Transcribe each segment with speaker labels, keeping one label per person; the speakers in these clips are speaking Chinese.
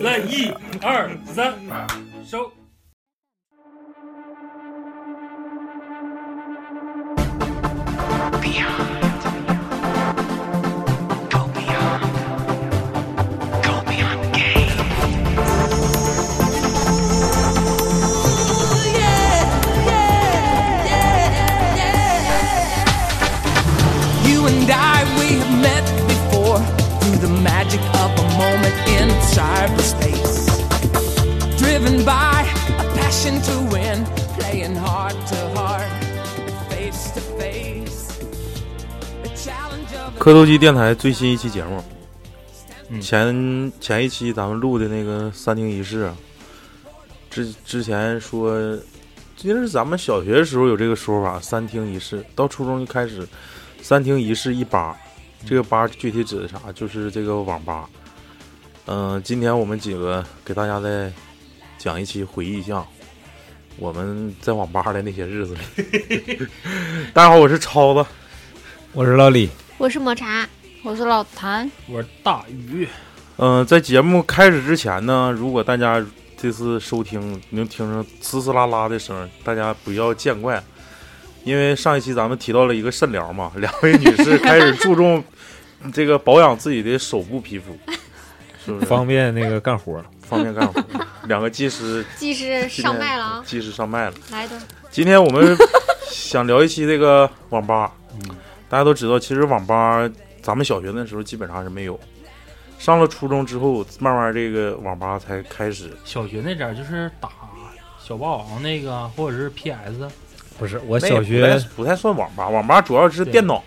Speaker 1: 来一二三，收。
Speaker 2: You and I, we have met before through the magic of a moment in cyberspace. Driven by a passion to win, playing heart to heart, face to face. The challenge of
Speaker 3: 磕头机电台最新一期节目，
Speaker 1: 嗯
Speaker 3: 前前一期咱们录的那个三厅一室，啊之之前说，这是咱们小学的时候有这个说法，三厅一室，到初中就开始三厅一室一吧，这个吧具体指的啥？就是这个网吧。嗯、今天我们几个给大家再讲一期，回忆一下我们在网吧的那些日子里。 大家好，我是超子。
Speaker 4: 我是老李，
Speaker 5: 我是抹茶，
Speaker 6: 我是老谭，
Speaker 1: 我是大鱼，
Speaker 3: 嗯、在节目开始之前呢，如果大家这次收听能听着呲呲啦啦的声儿，大家不要见怪，因为上一期咱们提到了一个肾疗嘛，两位女士开始注重这个保养自己的手部皮肤，是不是
Speaker 4: 方便那个干活了。
Speaker 3: 方便干活？两个技师
Speaker 5: 技师上麦了啊！
Speaker 3: 技师上麦了。
Speaker 5: 来的，
Speaker 3: 今天我们 想聊一期这个网吧。
Speaker 4: 嗯
Speaker 3: 大家都知道，其实网吧咱们小学那时候基本上是没有，上了初中之后，慢慢这个网吧才开始。
Speaker 1: 小学那点儿就是打小霸王那个，或者是 PS，
Speaker 4: 不是，我
Speaker 3: 那也
Speaker 4: 小
Speaker 3: 不太
Speaker 4: 学
Speaker 3: 不太算网吧，网吧主要是电脑。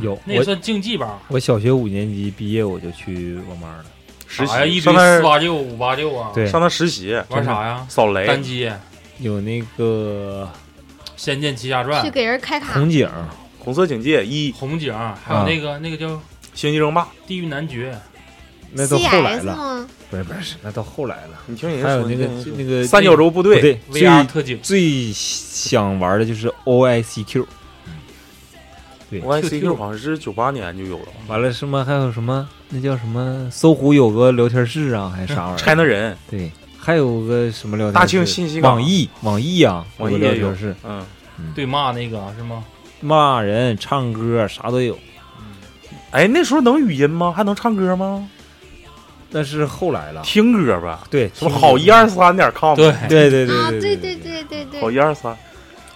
Speaker 4: 有
Speaker 1: 那也
Speaker 4: 我，
Speaker 1: 算竞技吧。
Speaker 4: 我小学五年级毕业我就去网吧了。
Speaker 3: 实
Speaker 1: 啥呀？一
Speaker 3: 习
Speaker 1: 堆
Speaker 3: 上
Speaker 1: 四
Speaker 3: 那
Speaker 1: 八六、五八六啊，
Speaker 4: 对，
Speaker 3: 上那实习，
Speaker 1: 玩啥呀？
Speaker 3: 扫
Speaker 1: 单
Speaker 3: 雷。
Speaker 1: 机《
Speaker 4: 有那个
Speaker 1: 仙剑奇侠传
Speaker 5: 去》、给人开卡
Speaker 4: 红，警，
Speaker 3: 红色警戒一，
Speaker 1: 红警，还有那个那个叫《
Speaker 3: 星际争霸。
Speaker 1: 地狱男爵》。
Speaker 4: 那都后来
Speaker 5: CS
Speaker 4: 了，
Speaker 5: 吗？
Speaker 4: 不是不是，那都后来了。
Speaker 3: 你听人
Speaker 4: 还
Speaker 3: 家
Speaker 4: 有
Speaker 3: 说
Speaker 4: 那个
Speaker 3: 你听人
Speaker 4: 那
Speaker 3: 家
Speaker 4: 个
Speaker 3: 说三角洲部
Speaker 4: 不
Speaker 3: 队，
Speaker 4: 对，
Speaker 1: VR
Speaker 4: 最
Speaker 1: 特警
Speaker 4: 最想玩的就是 OICQ，对
Speaker 3: YCQ 好像是九八年就有了。
Speaker 4: 完了什么还有什么那叫什么？搜狐有个聊天室啊，还是啥玩意儿？
Speaker 3: China 人，
Speaker 4: 对，还有个什么聊天室？
Speaker 3: 大庆信息港
Speaker 4: 网易网易啊，
Speaker 3: 网易
Speaker 4: 有个
Speaker 3: 也有
Speaker 4: 聊天室。
Speaker 3: 嗯，
Speaker 1: 对骂那个是吗？
Speaker 4: 骂人、唱歌啥都有。
Speaker 3: 哎，那时候能语音吗？还能唱歌吗？
Speaker 4: 那是后来了，
Speaker 3: 听歌吧，
Speaker 4: 对，哎
Speaker 3: 什么好一二三点 com，
Speaker 1: 对，
Speaker 4: 对对
Speaker 5: 啊，
Speaker 4: 对
Speaker 5: 对
Speaker 4: 对
Speaker 5: 对对
Speaker 3: 好
Speaker 5: 对，
Speaker 3: 一二三。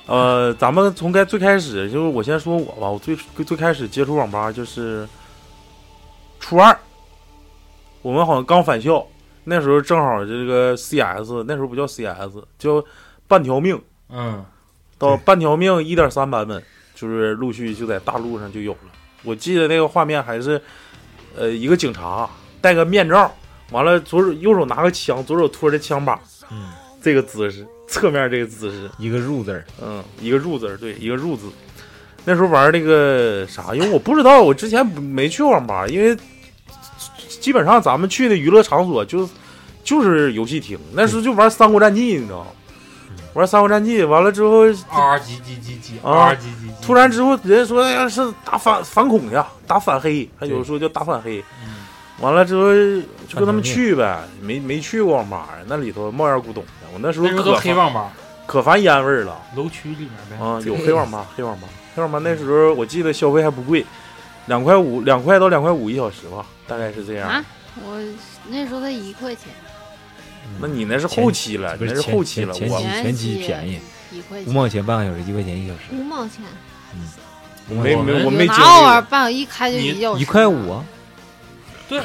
Speaker 3: 呃，咱们从该最开始，就是我先说我吧，我最最开始接触网吧就是初二，我们好像刚返校，那时候正好这个 CS，那时候不叫 CS，叫半条命，
Speaker 1: 嗯，
Speaker 3: 到半条命一点三版本，就是陆续就在大陆上就有了。我记得那个画面还是，呃，一个警察戴个面罩，完了左手右手拿个枪，左手托着枪把，
Speaker 4: 嗯，
Speaker 3: 这个姿势，侧面这个姿势，
Speaker 4: 一个入字儿，
Speaker 3: 嗯，一个入字儿，对，一个入字。那时候玩那个啥，因为我不知道，我之前不没去网吧，因为基本上咱们去的娱乐场所就就是游戏厅。那时候就玩《三国战记》，你知道吗？
Speaker 4: 嗯
Speaker 3: 玩《三国战记》完了之后，
Speaker 1: r 几几几几
Speaker 3: 啊
Speaker 1: r 几几几，
Speaker 3: 突然之后人家说哎呀是打反反恐去，打反黑，还有说叫打反黑。
Speaker 1: 嗯
Speaker 3: 完了之后就跟他们去呗，没没去过网吧，那里头冒烟咕咚的。我那时候
Speaker 1: 那时候都
Speaker 3: 可
Speaker 1: 黑
Speaker 3: 烦
Speaker 1: 网吧，
Speaker 3: 可烦烟味儿了。
Speaker 1: 楼区里面呗。
Speaker 3: 啊，有黑网吧，黑网吧，黑网吧那时候我记得消费还不贵，两块五，两块到两块五一小时吧，大概是这样。
Speaker 6: 啊我那时候才一块钱，
Speaker 3: 那你那是后期了，
Speaker 4: 不
Speaker 3: 你那
Speaker 4: 是
Speaker 3: 是
Speaker 4: 前
Speaker 3: 后期了，
Speaker 4: 前前期
Speaker 3: 我
Speaker 4: 前期便宜，
Speaker 6: 一块
Speaker 4: 五
Speaker 6: 钱，
Speaker 4: 毛钱半个小时，一块钱一小时，
Speaker 6: 五毛钱，
Speaker 3: 我没
Speaker 1: 我
Speaker 3: 没
Speaker 1: 们
Speaker 3: 我没
Speaker 6: 哪
Speaker 3: 经
Speaker 6: 有玩
Speaker 3: 历
Speaker 6: 意儿半一开就
Speaker 1: 你
Speaker 6: 一小时
Speaker 4: 一块五啊，
Speaker 1: 对，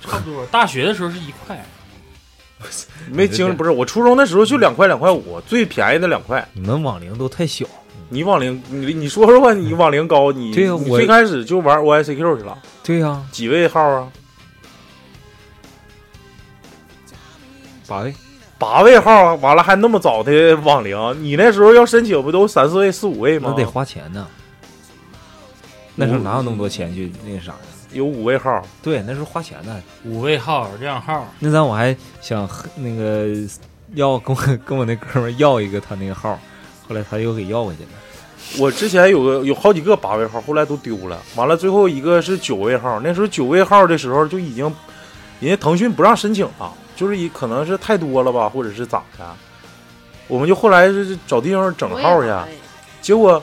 Speaker 1: 差不多。大学的时候是一块，
Speaker 3: 没经历，不是我初中那时候就两块两块五，最便宜的两块。
Speaker 4: 你们网龄都太小。
Speaker 3: 你网龄，你你说说吧，你网龄高，你
Speaker 4: 对呀
Speaker 3: 你
Speaker 4: 我
Speaker 3: 最开始就玩 OICQ 去了，
Speaker 4: 对呀，
Speaker 3: 几位号啊？
Speaker 4: 八位，
Speaker 3: 八位号，啊完了还那么早的网龄，你那时候要申请不都三四位、四五位吗？
Speaker 4: 那得花钱呢。那时候哪有那么多钱去那啥呀？
Speaker 3: 有五位号，
Speaker 4: 对，那时候花钱呢。
Speaker 1: 五位号、靓号，
Speaker 4: 那咱我还想和那个要跟我跟我那哥们儿要一个他那个号，后来他又给要回去了。
Speaker 3: 我之前有个有好几个八位号，后来都丢了。完了，最后一个是九位号，那时候九位号的时候就已经，人家腾讯不让申请了，就是一可能是太多了吧，或者是咋的，我们就后来是找地方整号去，结果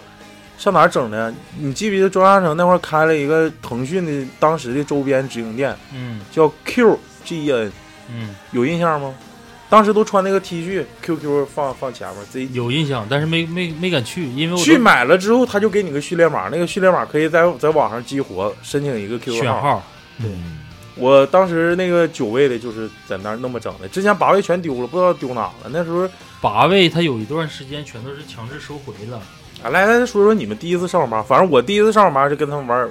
Speaker 3: 上哪儿整呢？你记不记得中山城那块儿开了一个腾讯的当时的周边直营店，
Speaker 1: 嗯
Speaker 3: 叫 QGN，
Speaker 1: 嗯，
Speaker 3: 有印象吗？当时都穿那个 T 恤，QQ 放放前面，Z
Speaker 1: 有印象，但是没没没敢去，因为我都
Speaker 3: 去买了之后，他就给你个序列码，那个序列码可以在在网上激活，申请一个 QQ
Speaker 1: 选号，
Speaker 4: 嗯，
Speaker 3: 我当时那个九位的，就是在那儿那么整的，之前八位全丢了，不知道丢哪了。那时候，
Speaker 1: 八位他有一段时间全都是强制收回了，
Speaker 3: 啊，来来说说你们第一次上网吧，反正我第一次上网吧是跟他们玩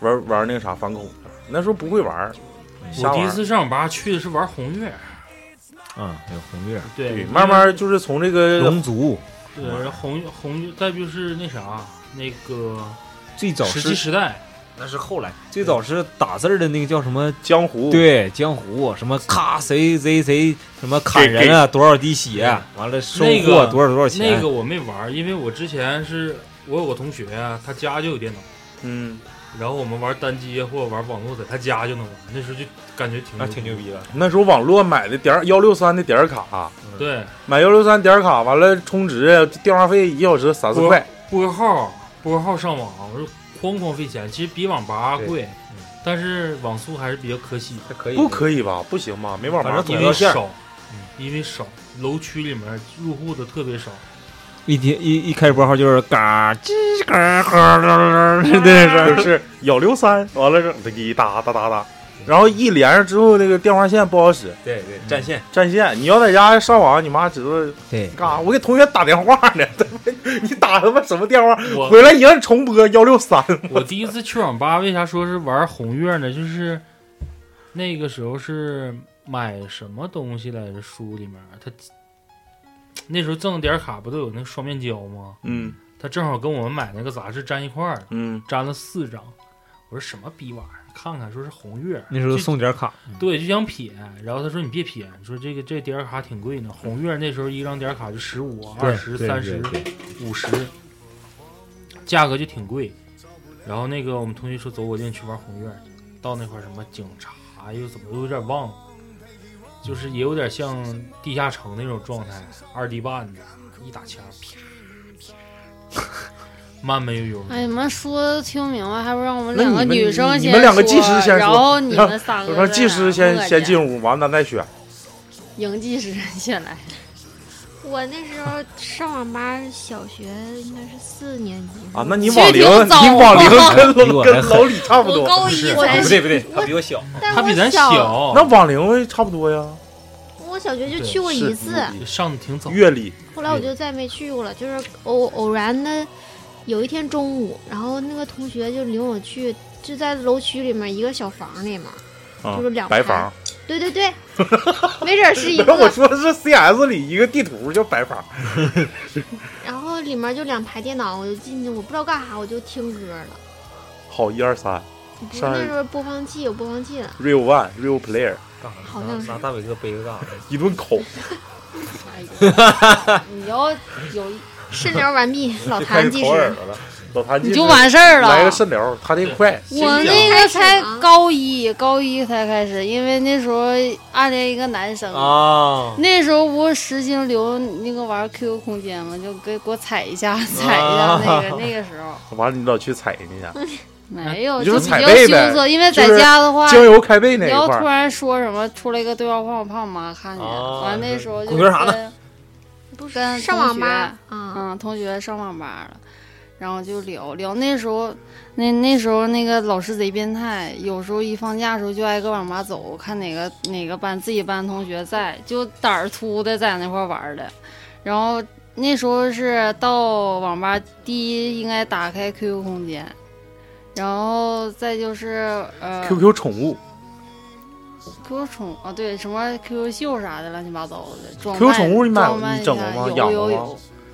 Speaker 3: 玩玩那个啥反恐的，那时候不会玩，瞎
Speaker 1: 我第一
Speaker 3: 玩。
Speaker 1: 次上网吧去的是玩红月，
Speaker 4: 啊，有红月、
Speaker 1: 对
Speaker 3: 对，慢慢就是从这个
Speaker 4: 龙族，
Speaker 1: 呃红红月，再就是那啥那个
Speaker 4: 最早
Speaker 1: 石器
Speaker 4: 是
Speaker 1: 时代，
Speaker 4: 那是后来，最早是打字儿的那个叫什么？
Speaker 3: 江湖，
Speaker 4: 对，江湖什么咔谁谁谁什么砍人啊，多少滴血，完了收
Speaker 1: 那
Speaker 4: 获
Speaker 1: 个
Speaker 4: 多少多少钱，
Speaker 1: 那个我没玩，因为我之前是我有个同学啊，他家就有电脑。
Speaker 3: 嗯，
Speaker 1: 然后我们玩单机或者玩网络，在他家就能玩，那时候就感觉挺
Speaker 4: 啊挺牛逼的。
Speaker 3: 那时候网络买的点儿幺六三的点儿卡，
Speaker 1: 对，
Speaker 3: 买幺六三点儿卡，完了充值，电话费一小时三四
Speaker 1: 我
Speaker 3: 块，
Speaker 1: 拨号拨号上网，我说哐哐费钱，其实比网吧
Speaker 4: 对
Speaker 1: 贵，但是网速还是比较可喜，
Speaker 4: 还可以
Speaker 3: 不可以吧？不行吧？没网吧
Speaker 4: 反正
Speaker 3: 通
Speaker 1: 因
Speaker 4: 统
Speaker 3: 到
Speaker 1: 为
Speaker 3: 线儿。
Speaker 1: 少，嗯因为少，楼区里面入户的特别少，
Speaker 4: 一天一一开始拨号就是嘎吱嘎嘎啦啦，对是
Speaker 3: 就是幺六三，完了这一哒哒哒哒，然后一连上之后，那个电话线不好使，
Speaker 4: 对对占线
Speaker 3: 占线。你要在家上网，你妈知道
Speaker 4: 对
Speaker 3: 干啥？我给同学打电话呢， 他妈你打他妈什么电话？
Speaker 1: 我
Speaker 3: 回来一按重播幺六三，
Speaker 1: 我第一次去网吧，为啥说是玩红月呢？就是那个时候是买什么东西来着？书里面他那时候赠点卡不都有那个双面胶吗？
Speaker 3: 嗯
Speaker 1: 他正好跟我们买那个杂志粘一块儿了，
Speaker 3: 嗯，
Speaker 1: 粘了四张。我说什么逼玩意儿？看看，说是红月，
Speaker 4: 那时候送点卡，
Speaker 1: 对，就想撇。然后他说你别撇，说这个这点儿卡挺贵呢。红月那时候一张点儿卡就十五、二十、
Speaker 4: 对
Speaker 1: 三十、
Speaker 4: 对对
Speaker 1: 五十，价格就挺贵。然后那个我们同学说走，我领你去玩红月去，到那块儿什么警察又怎么又有点忘了，就是也有点像地下城那种状态，二 D 半的，一打枪啪啪， 慢慢悠
Speaker 5: 啊
Speaker 1: 悠的。
Speaker 6: 哎，你们说听不明白，还不让我们
Speaker 3: 那
Speaker 6: 两个
Speaker 3: 你们
Speaker 6: 女生
Speaker 3: 你
Speaker 6: 先
Speaker 3: 你们两个技师先说
Speaker 6: 然后你 们三
Speaker 3: 我
Speaker 6: 个
Speaker 3: 说技师
Speaker 6: 在
Speaker 3: 先
Speaker 6: 那儿磨叽
Speaker 3: 先进，屋，完咱再选。
Speaker 6: 赢技师先来。
Speaker 5: 我那时候上网吧，小学应该是四年级
Speaker 3: 啊，那你
Speaker 6: 其实
Speaker 3: 网龄，
Speaker 6: 挺早啊
Speaker 3: 你网龄跟
Speaker 4: 比
Speaker 3: 跟
Speaker 4: 我还
Speaker 3: 跟
Speaker 4: 狠
Speaker 3: 老李差不
Speaker 6: 我
Speaker 3: 多，啊
Speaker 6: 高一
Speaker 5: 不是
Speaker 6: 才
Speaker 4: 啊不对不对，他比我小，
Speaker 5: 但
Speaker 1: 他比咱
Speaker 5: 我小，
Speaker 1: 小，
Speaker 3: 那网龄差不多呀。
Speaker 5: 我小学就
Speaker 1: 对
Speaker 5: 去过
Speaker 3: 是
Speaker 5: 一次，
Speaker 1: 上的挺早。
Speaker 3: 阅历，
Speaker 5: 后来我就再没去过了，就是偶偶然的有一天中午，然后那个同学就领我去，就在楼区里面一个小房里面，
Speaker 3: 啊
Speaker 5: 就是两
Speaker 3: 白
Speaker 5: 排
Speaker 3: 房。
Speaker 5: 对对对，没准儿是一
Speaker 6: 嗯
Speaker 3: 然后 我
Speaker 5: 个，
Speaker 3: 说的是 CS 里一个地图叫白房，
Speaker 5: 然后里面就两排电脑，我就进去，我不知道干啥，我就听歌了。
Speaker 3: 好一二三
Speaker 5: 不是
Speaker 3: 上
Speaker 5: 那时候播放器有播放器了，
Speaker 3: ，Real One Real Player。
Speaker 4: 干啥？
Speaker 5: 好像是
Speaker 4: 拿大伟哥背着干啥？
Speaker 3: 一顿口，
Speaker 6: 你要有
Speaker 5: 肾疗完毕，老
Speaker 3: 就开
Speaker 5: 谭
Speaker 3: 始
Speaker 5: 技
Speaker 3: 口耳
Speaker 5: 师，
Speaker 3: 朵了。老谭
Speaker 6: 你
Speaker 3: 技
Speaker 6: 就
Speaker 3: 师
Speaker 6: 完事儿
Speaker 3: 来个
Speaker 6: 了。
Speaker 3: 肾疗，他这快，
Speaker 6: 我那个才高一，高一才开始，因为那时候暗恋一个男生，
Speaker 4: 啊，
Speaker 6: 那时候不是实心流那个玩 QQ 空间嘛，就给给我踩一下，踩一
Speaker 3: 啊
Speaker 6: 下那个、那个时候
Speaker 3: 完了你老去踩人家去，
Speaker 6: 没有，
Speaker 3: 你就是
Speaker 6: 比
Speaker 3: 踩
Speaker 6: 较
Speaker 3: 背
Speaker 6: 羞
Speaker 3: 呗
Speaker 6: 涩，因为在
Speaker 3: 就是
Speaker 6: 家的话，
Speaker 3: 精油开背那
Speaker 6: 你
Speaker 3: 一
Speaker 6: 要
Speaker 3: 块
Speaker 6: 突
Speaker 3: 儿，
Speaker 6: 然说什么出来一个对话框，我怕我妈看见，
Speaker 4: 啊
Speaker 6: 完那时候就
Speaker 4: 狗哥啥呢
Speaker 6: 跟
Speaker 5: 不是
Speaker 6: 跟
Speaker 5: 上
Speaker 6: 同
Speaker 5: 网吧
Speaker 6: 学
Speaker 5: 啊，
Speaker 6: 嗯，同学上网吧了，然后就聊聊。那时候，那那时候那个老师贼变态，有时候一放假的时候就挨个网吧走，看哪个哪个班自己班同学在，就胆儿粗的在那块儿玩儿的。然后那时候是到网吧，第一应该打开 QQ 空间，然后再就是呃
Speaker 3: QQ 宠物
Speaker 6: QQ 宠啊，对，什么 QQ 秀啥的，乱七八糟的。装
Speaker 3: QQ
Speaker 6: 扮
Speaker 3: 宠物你买过
Speaker 6: 装扮
Speaker 3: 你整过
Speaker 6: 一下
Speaker 3: 吗
Speaker 6: 有
Speaker 3: 养过
Speaker 6: 有
Speaker 3: 吗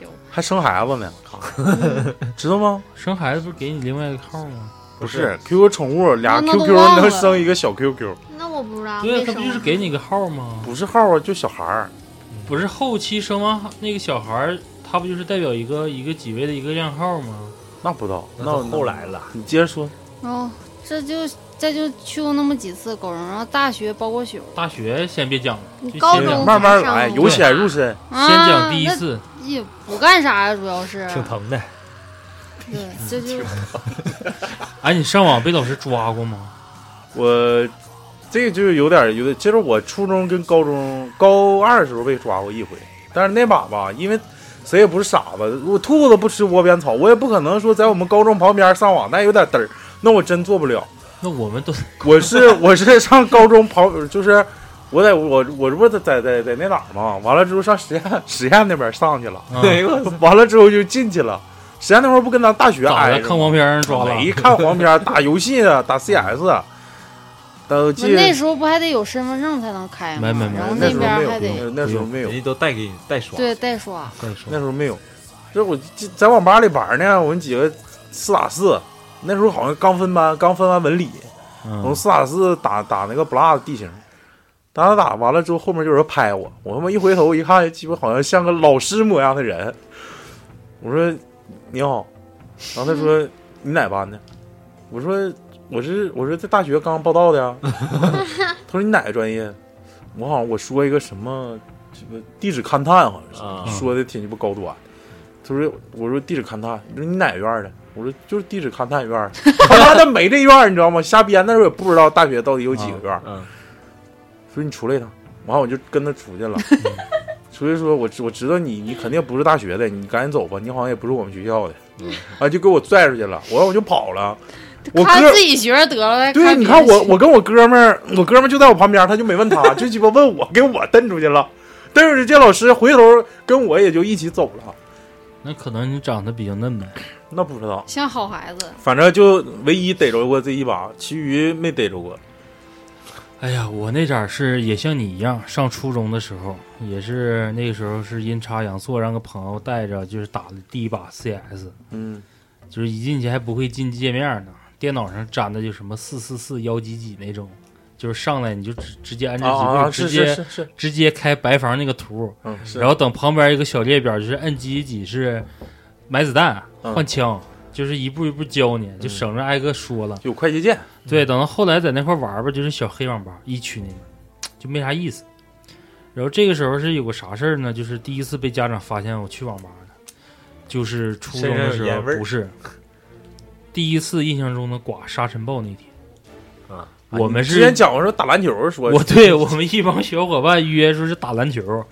Speaker 6: 有有，
Speaker 3: 还生孩 子呢，知道吗？
Speaker 1: 生孩子不是给你另外一个号吗？
Speaker 3: 不是 QQ 宠物俩
Speaker 6: 那都
Speaker 3: QQ
Speaker 6: 忘了
Speaker 3: 能生一个小 QQ，
Speaker 5: 那我不知道，
Speaker 1: 对啊
Speaker 5: 没
Speaker 1: 呀，他不就是
Speaker 5: 生
Speaker 1: 给你个号吗？
Speaker 3: 不是号啊，就小孩儿。
Speaker 1: 不是后期生完那个小孩儿，他不就是代表一个一个几位的一个量号吗？
Speaker 3: 那不知道，那
Speaker 4: 都后来了，
Speaker 3: 你接着说，
Speaker 6: 然后哦这就这就去过那么几次狗扔，然后大学包过宿
Speaker 1: 大学先别讲了，就
Speaker 5: 你
Speaker 1: 先
Speaker 5: 高
Speaker 1: 讲
Speaker 5: 中
Speaker 3: 慢慢
Speaker 5: 才上
Speaker 3: 来，
Speaker 6: 哦
Speaker 5: 的
Speaker 3: 由浅入深。
Speaker 6: 啊，
Speaker 1: 先讲第一次。
Speaker 6: 那也不干啥呀，主要是
Speaker 4: 挺疼的。
Speaker 6: 对，这就是
Speaker 1: 哎，你上网被老师抓过吗？
Speaker 3: 我这个就有点有点，其实我初中跟高中高二的时候被抓过一回，但是那把吧，因为谁也不是傻子，我兔子不吃窝边草，我也不可能说在我们高中旁边上网，那有点嘚儿，那我真做不了。
Speaker 1: 那我们都
Speaker 3: 我是我是上高中旁，就是我在我我这不是在在在那哪儿嘛，完了之后上实验实验那边上去了，
Speaker 1: 啊
Speaker 4: 哎呦我操，
Speaker 3: 完了之后就进去了，实验那块儿不跟咱大学
Speaker 1: 咋
Speaker 3: 挨
Speaker 1: 的？
Speaker 3: 着
Speaker 1: 看
Speaker 3: 吗
Speaker 1: 黄片让抓了？
Speaker 3: 没看黄片儿，打游戏啊，打 CS，啊都
Speaker 6: 那
Speaker 3: 记
Speaker 6: 那时候不还得有身份证才能开吗？
Speaker 1: 没没没
Speaker 6: 然后
Speaker 3: 那时候
Speaker 6: 边儿
Speaker 3: 没有
Speaker 6: 还
Speaker 3: 不
Speaker 6: 得
Speaker 3: 用那时候没有
Speaker 4: 人，家都带给你带爽。
Speaker 6: 对代刷，
Speaker 1: 再说
Speaker 3: 那时候没有。这我记在网吧里玩呢，我们几个四打四，那时候好像刚分班，刚分完文理，我们
Speaker 1: 嗯，
Speaker 3: 四打四打打那个 blood 地形，打打打完了之后，后面就有人拍我，我他妈一回头一看，鸡巴好像像个老师模样的人，我说你好，然后他说你哪班的？我说我是我说在大学刚报到的呀，他说你哪个专业？我好像我说一个什么这个地质勘探好像
Speaker 4: 啊
Speaker 3: 是，说的挺鸡巴高端。他说：“我说地质勘探，你说你哪个院儿的？我说就是地质勘探院儿，他妈的没这院儿，你知道吗？瞎编，那时候也不知道大学到底有几个院儿。
Speaker 4: 嗯，
Speaker 3: 说你出来一趟，完我就跟他出去了。出去说，我知我知道你，你肯定不是大学的，你赶紧走吧，你好像也不是我们学校的。啊，就给我拽出去了，我我就跑了。我
Speaker 6: 看
Speaker 3: 哥
Speaker 6: 自己学着得了呗。
Speaker 3: 对，
Speaker 6: 看
Speaker 3: 你
Speaker 6: 别
Speaker 3: 看
Speaker 6: 的
Speaker 3: 我，
Speaker 6: 学
Speaker 3: 我跟我哥们儿，我哥们儿就在我旁边，他就没问他，就鸡巴问我，给我蹬出去了。蹬出去，这老师回头跟我也就一起走了。
Speaker 1: 那可能你长得比较嫩呗。
Speaker 3: 那不知道，
Speaker 6: 像好孩子，
Speaker 3: 反正就唯一逮着过这一把，其余没逮着过。
Speaker 1: 哎呀，我那阵儿是也像你一样，上初中的时候，也是那个时候是阴差阳错让个朋友带着，就是打的第一把 CS，
Speaker 3: 嗯，
Speaker 1: 就是一进去还不会进界面呢，电脑上粘的就什么四四四幺几几那种，就是上来你就直直接按
Speaker 3: 啊
Speaker 1: 这几步，
Speaker 3: 啊，啊
Speaker 1: 直
Speaker 3: 是
Speaker 1: 接
Speaker 3: 是是是，
Speaker 1: 直接开白房那个图，
Speaker 3: 嗯是。
Speaker 1: 然后等旁边一个小列表，就是摁几几是买子弹、
Speaker 3: 嗯
Speaker 1: 换枪，就是一步一步教你，就省着挨个说了。
Speaker 3: 有快捷键，
Speaker 1: 对，等到后来在那块玩吧，就是小黑网吧一区那边，就没啥意思。然后这个时候是有个啥事儿呢？就是第一次被家长发现我去网吧了，就是初中的时
Speaker 4: 身上有
Speaker 1: 候
Speaker 4: 烟味儿
Speaker 1: 不是，第一次印象中的刮沙尘暴那天，
Speaker 4: 啊，
Speaker 1: 我们
Speaker 3: 之
Speaker 1: 是
Speaker 3: 前讲过说打篮球说，
Speaker 1: 我对我们一帮小伙伴约说是打篮球，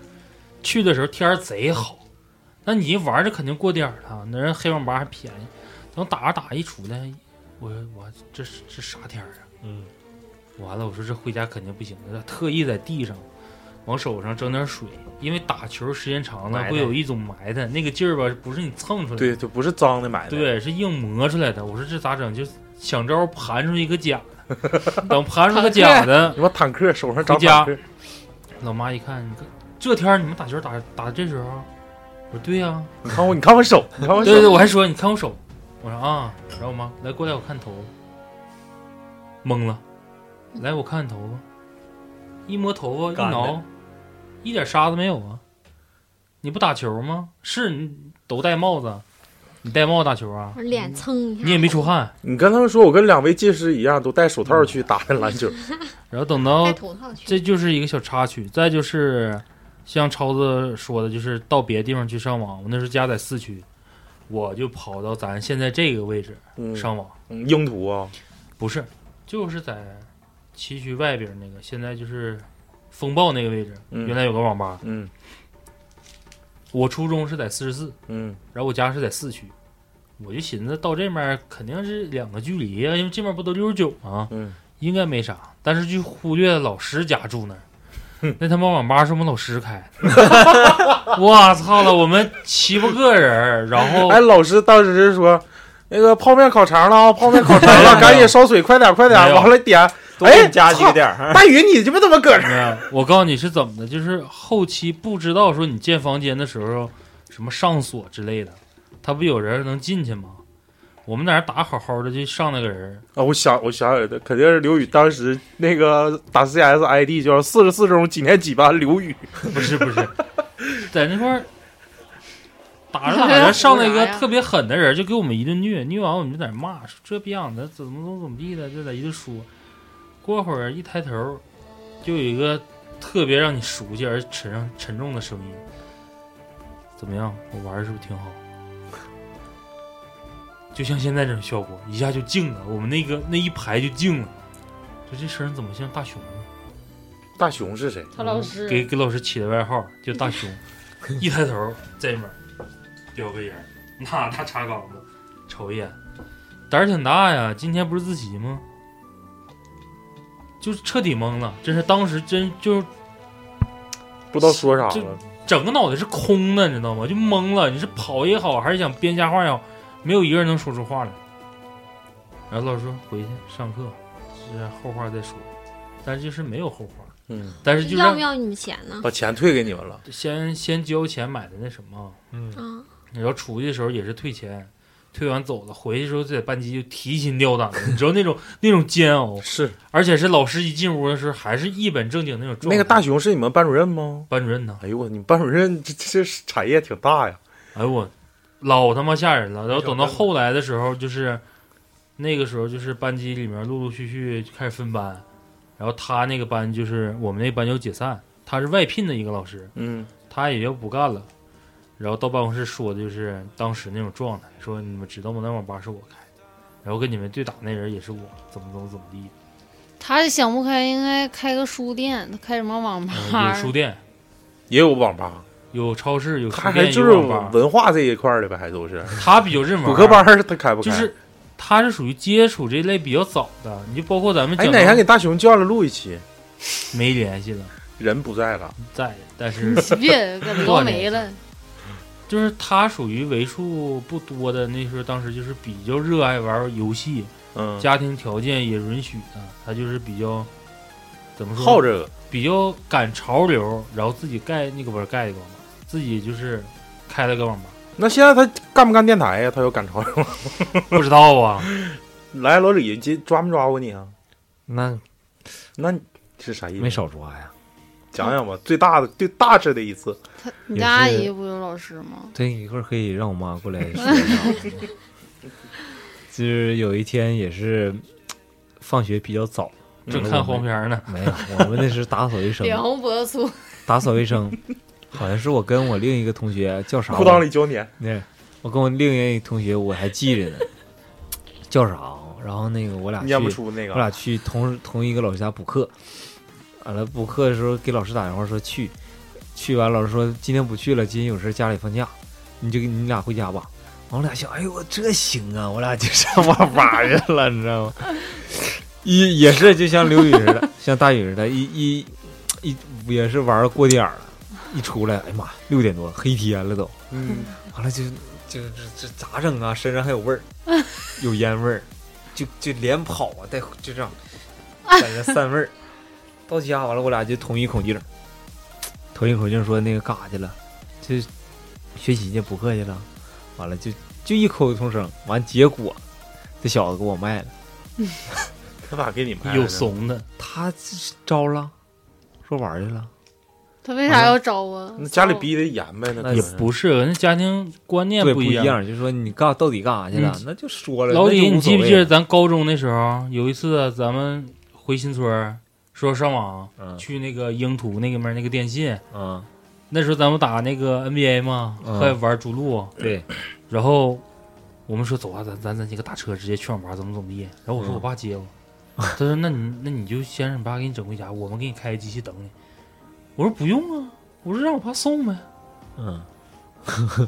Speaker 1: 去的时候天儿贼好，那你一玩儿就肯定过点儿了，那人黑网吧还便宜。等打着打着一出来，我我这是这啥天儿啊？
Speaker 4: 嗯，
Speaker 1: 完了，我说这回家肯定不行了，特意在地上往手上整点水，因为打球时间长了
Speaker 4: 埋汰
Speaker 1: 会有一种埋汰，那个劲儿吧，不是你蹭出来的，
Speaker 3: 对，就不是脏的买的，，
Speaker 1: 对，是硬磨出来的。我说这咋整？就想招盘出一个假的，等盘出个假的。
Speaker 3: 什么坦克手上长
Speaker 1: 回家
Speaker 3: 坦克，
Speaker 1: 老妈一看，你看这天儿你们打球打打这时候，我说对呀、
Speaker 3: 你看我，你看我手，你看我
Speaker 1: 对对
Speaker 3: 手，
Speaker 1: 对，我还说你看我手，我说啊，然后我妈来过来我看头，懵了，来我看看头发，一摸头发啊一
Speaker 4: 干的
Speaker 1: 挠，一点沙子没有啊，你不打球吗？是你都戴帽子，你戴帽子打球啊？
Speaker 5: 我脸蹭一下，
Speaker 1: 你也没出汗，
Speaker 3: 你跟他们说，我跟两位技师一样，都戴手
Speaker 1: 嗯
Speaker 3: 套去打的篮 球，
Speaker 1: 然后等到
Speaker 5: 戴头套去。
Speaker 1: 这就是一个小插曲。再就是，像超子说的，就是到别的地方去上网。我那时候家在四区，我就跑到咱现在这个位置
Speaker 3: 嗯，
Speaker 1: 上网，
Speaker 3: 嗯英图啊，
Speaker 1: 不是，就是在七区外边那个，现在就是风暴那个位置，
Speaker 3: 嗯
Speaker 1: 原来有个网吧。
Speaker 3: 嗯
Speaker 1: 我初中是在四十四，
Speaker 3: 嗯，
Speaker 1: 然后我家是在四区，我就寻思到这面儿肯定是两个距离啊，因为这面儿不都六十九吗？
Speaker 3: 嗯，
Speaker 1: 应该没啥，但是就忽略老师家住那儿，那他妈网吧是我们老师开的， 我操了，我们七八个人儿，然后
Speaker 3: 哎，老师 当时是说。那个泡面烤肠了啊！泡面烤肠了，赶紧烧水，快点，快点！
Speaker 1: 没有
Speaker 3: 完了点
Speaker 4: 多给你加几个点儿。
Speaker 7: 大宇，你鸡巴怎么搁这儿？
Speaker 1: 嗯我告诉你是怎么的，就是后期不知道说你建房间的时候什么上锁之类的，他不有人能进去吗？我们在那儿打好好的，就上那个人，
Speaker 3: 啊，我想我想起来的，肯定是刘宇当时那个打 CS ID 叫四十四中几年几班刘宇，
Speaker 1: 不是不是， 在那块儿打着打着上来一个特别狠的人，就给我们一顿虐，虐完我们就在那骂，说这逼样的怎么怎么怎么地的，就在一顿说。过会儿一抬头，就有一个特别让你熟悉而沉上沉重的声音：“怎么样，我玩的是不是挺好？”就像现在这种效果，一下就静了，我们那个那一排就静了。就这声儿怎么像大熊啊呢？
Speaker 3: 大熊是谁？
Speaker 6: 他老
Speaker 3: 嗯
Speaker 6: 师
Speaker 1: 给给老师起的外号叫大熊，一抬头这面叼根烟，拿大茶缸子瞅一眼，胆儿挺大呀。今天不是自习吗？就是彻底懵了，真是当时真就是
Speaker 3: 不知道说啥
Speaker 1: 这
Speaker 3: 了。
Speaker 1: 整个脑袋是空的，你知道吗？就懵了。你是跑也好，还是想编瞎话也好，没有一个人能说出话来。然后老师说回去上课，这后话再说。但就是没有后话，
Speaker 3: 嗯，
Speaker 1: 但是就
Speaker 5: 要
Speaker 1: 让
Speaker 5: 不要你们钱呢？
Speaker 3: 把钱退给你们了。
Speaker 1: 先先交钱买的那什么，
Speaker 4: 嗯，
Speaker 5: 啊，
Speaker 1: 然后出去的时候也是退钱，退完走了，回去的时候就在班级就提心吊胆的，你知道那种那种煎熬，
Speaker 3: 是
Speaker 1: 而且是老师一进屋的时候还是一本正经那种状态。
Speaker 3: 那个大熊是你们班主任吗？
Speaker 1: 班主任呢？
Speaker 3: 哎呦我，你们班主任这这这产业挺大呀。
Speaker 1: 哎呦我，老他妈吓人了。然后等到后来的时候，就是那个时候，就是班级里面陆陆续续就开始分班，然后他那个班就是我们那班就解散，他是外聘的一个老师，
Speaker 3: 嗯，
Speaker 1: 他也要不干了。然后到办公室说的就是当时那种状态，说你们知道吗？那网吧是我开的，然后跟你们对打那人也是我，怎么怎么怎么地，
Speaker 6: 他想不开，应该开个书店，他开什么网
Speaker 1: 呃
Speaker 3: 嗯
Speaker 6: 吧？
Speaker 1: 有书店，
Speaker 3: 也有网吧，
Speaker 1: 有超市，有书
Speaker 3: 他还
Speaker 1: 店，
Speaker 3: 就
Speaker 1: 有
Speaker 3: 是
Speaker 1: 网吧。
Speaker 3: 文化这一块儿的呗，还都是
Speaker 1: 他比较认玩
Speaker 3: 补课班儿他开不
Speaker 1: 就
Speaker 3: 开？
Speaker 1: 是他是属于接触这类比较早的，你就包括咱们
Speaker 3: 哎，
Speaker 1: 讲
Speaker 3: 哪天
Speaker 1: 到
Speaker 3: 给大熊叫来录一期，
Speaker 1: 没联系了，
Speaker 3: 人不在了，
Speaker 1: 在，但 是
Speaker 6: 别给聊没了。
Speaker 1: 就是他属于为数不多的，那时候当时就是比较热爱玩游戏，
Speaker 3: 嗯，
Speaker 1: 家庭条件也允许的，他就是比较怎么说，
Speaker 3: 好这个，
Speaker 1: 比较赶潮流，然后自己盖那个不是盖一个网吧，自己就是开了个 网吧，
Speaker 3: 那现在他干不干电台呀？他要赶潮流，
Speaker 1: 不知道啊，
Speaker 3: 来老李，这抓没抓过你啊？
Speaker 4: 那
Speaker 3: 那你是啥意思？
Speaker 4: 没少抓呀。
Speaker 3: 讲讲吧，最大的、最大致的一次，
Speaker 6: 他你家阿姨不有老师吗？
Speaker 4: 对，一会儿可以让我妈过来说一下。 就是有一天也是放学比较早，
Speaker 1: 正
Speaker 3: 嗯
Speaker 1: 看黄片呢，
Speaker 4: 没有，我们那时打扫卫生，
Speaker 6: 脸红脖子粗，
Speaker 4: 打扫卫生，好像是我跟我另一个同学叫啥？
Speaker 3: 裤裆里胶粘，
Speaker 4: 那我跟我另一个同学我还记着呢，叫啥啊？然后那个我俩去
Speaker 3: 念不出那个。
Speaker 4: 我俩去同同一个老师家补课，完了补课的时候给老师打电话说去，去完老师说今天不去了，今天有事家里放假，你就给你俩回家吧。完我俩想，哎呦这行啊，我俩就上网吧去了，你知道吗？也也是就像刘宇似的，像大宇似的，一一一也是玩过点儿了，一出来，哎呀妈，六点多黑天了都，
Speaker 3: 嗯，
Speaker 4: 完了就就这这咋整啊？身上还有味儿，有烟味儿，就就连跑啊，带就这样，感觉散味儿。到家完了，我俩就统一口径儿，统一口径说那个干啥去了，就学习去补课去了，完了就就异口同声，完结果这小子给我卖了，
Speaker 3: 他咋给你们
Speaker 1: 有怂的，
Speaker 4: 他招了，说玩儿去了，
Speaker 6: 他为啥要招啊？
Speaker 3: 那家里逼得严呗，那
Speaker 4: 那也
Speaker 1: 不是，那家庭观念
Speaker 4: 对，
Speaker 1: 不
Speaker 4: 一
Speaker 1: 一样。
Speaker 4: 样，就说你干到底干啥去了，
Speaker 1: 嗯
Speaker 4: 那就说了。
Speaker 1: 老
Speaker 4: 那
Speaker 1: 李，
Speaker 4: 就
Speaker 1: 你
Speaker 4: 无所
Speaker 1: 记不
Speaker 4: 谓
Speaker 1: 记得
Speaker 4: 了？
Speaker 1: 咱高中那时候有一次咱们回新村儿说上网？
Speaker 4: 嗯
Speaker 1: 去那个英图那个面儿那个电信，
Speaker 4: 嗯，
Speaker 1: 那时候咱们打那个 NBA 嘛，
Speaker 4: 嗯
Speaker 1: 还玩逐鹿，
Speaker 4: 对，
Speaker 1: 然后我们说走啊，咱咱咱几个打车直接去网吧，怎么怎么地。然后我说
Speaker 4: 嗯
Speaker 1: 我爸接我，他说那你那你就先让你爸给你整回家，我们给你开个机器等你。我说不用啊，我说让我爸送呗。
Speaker 4: 嗯。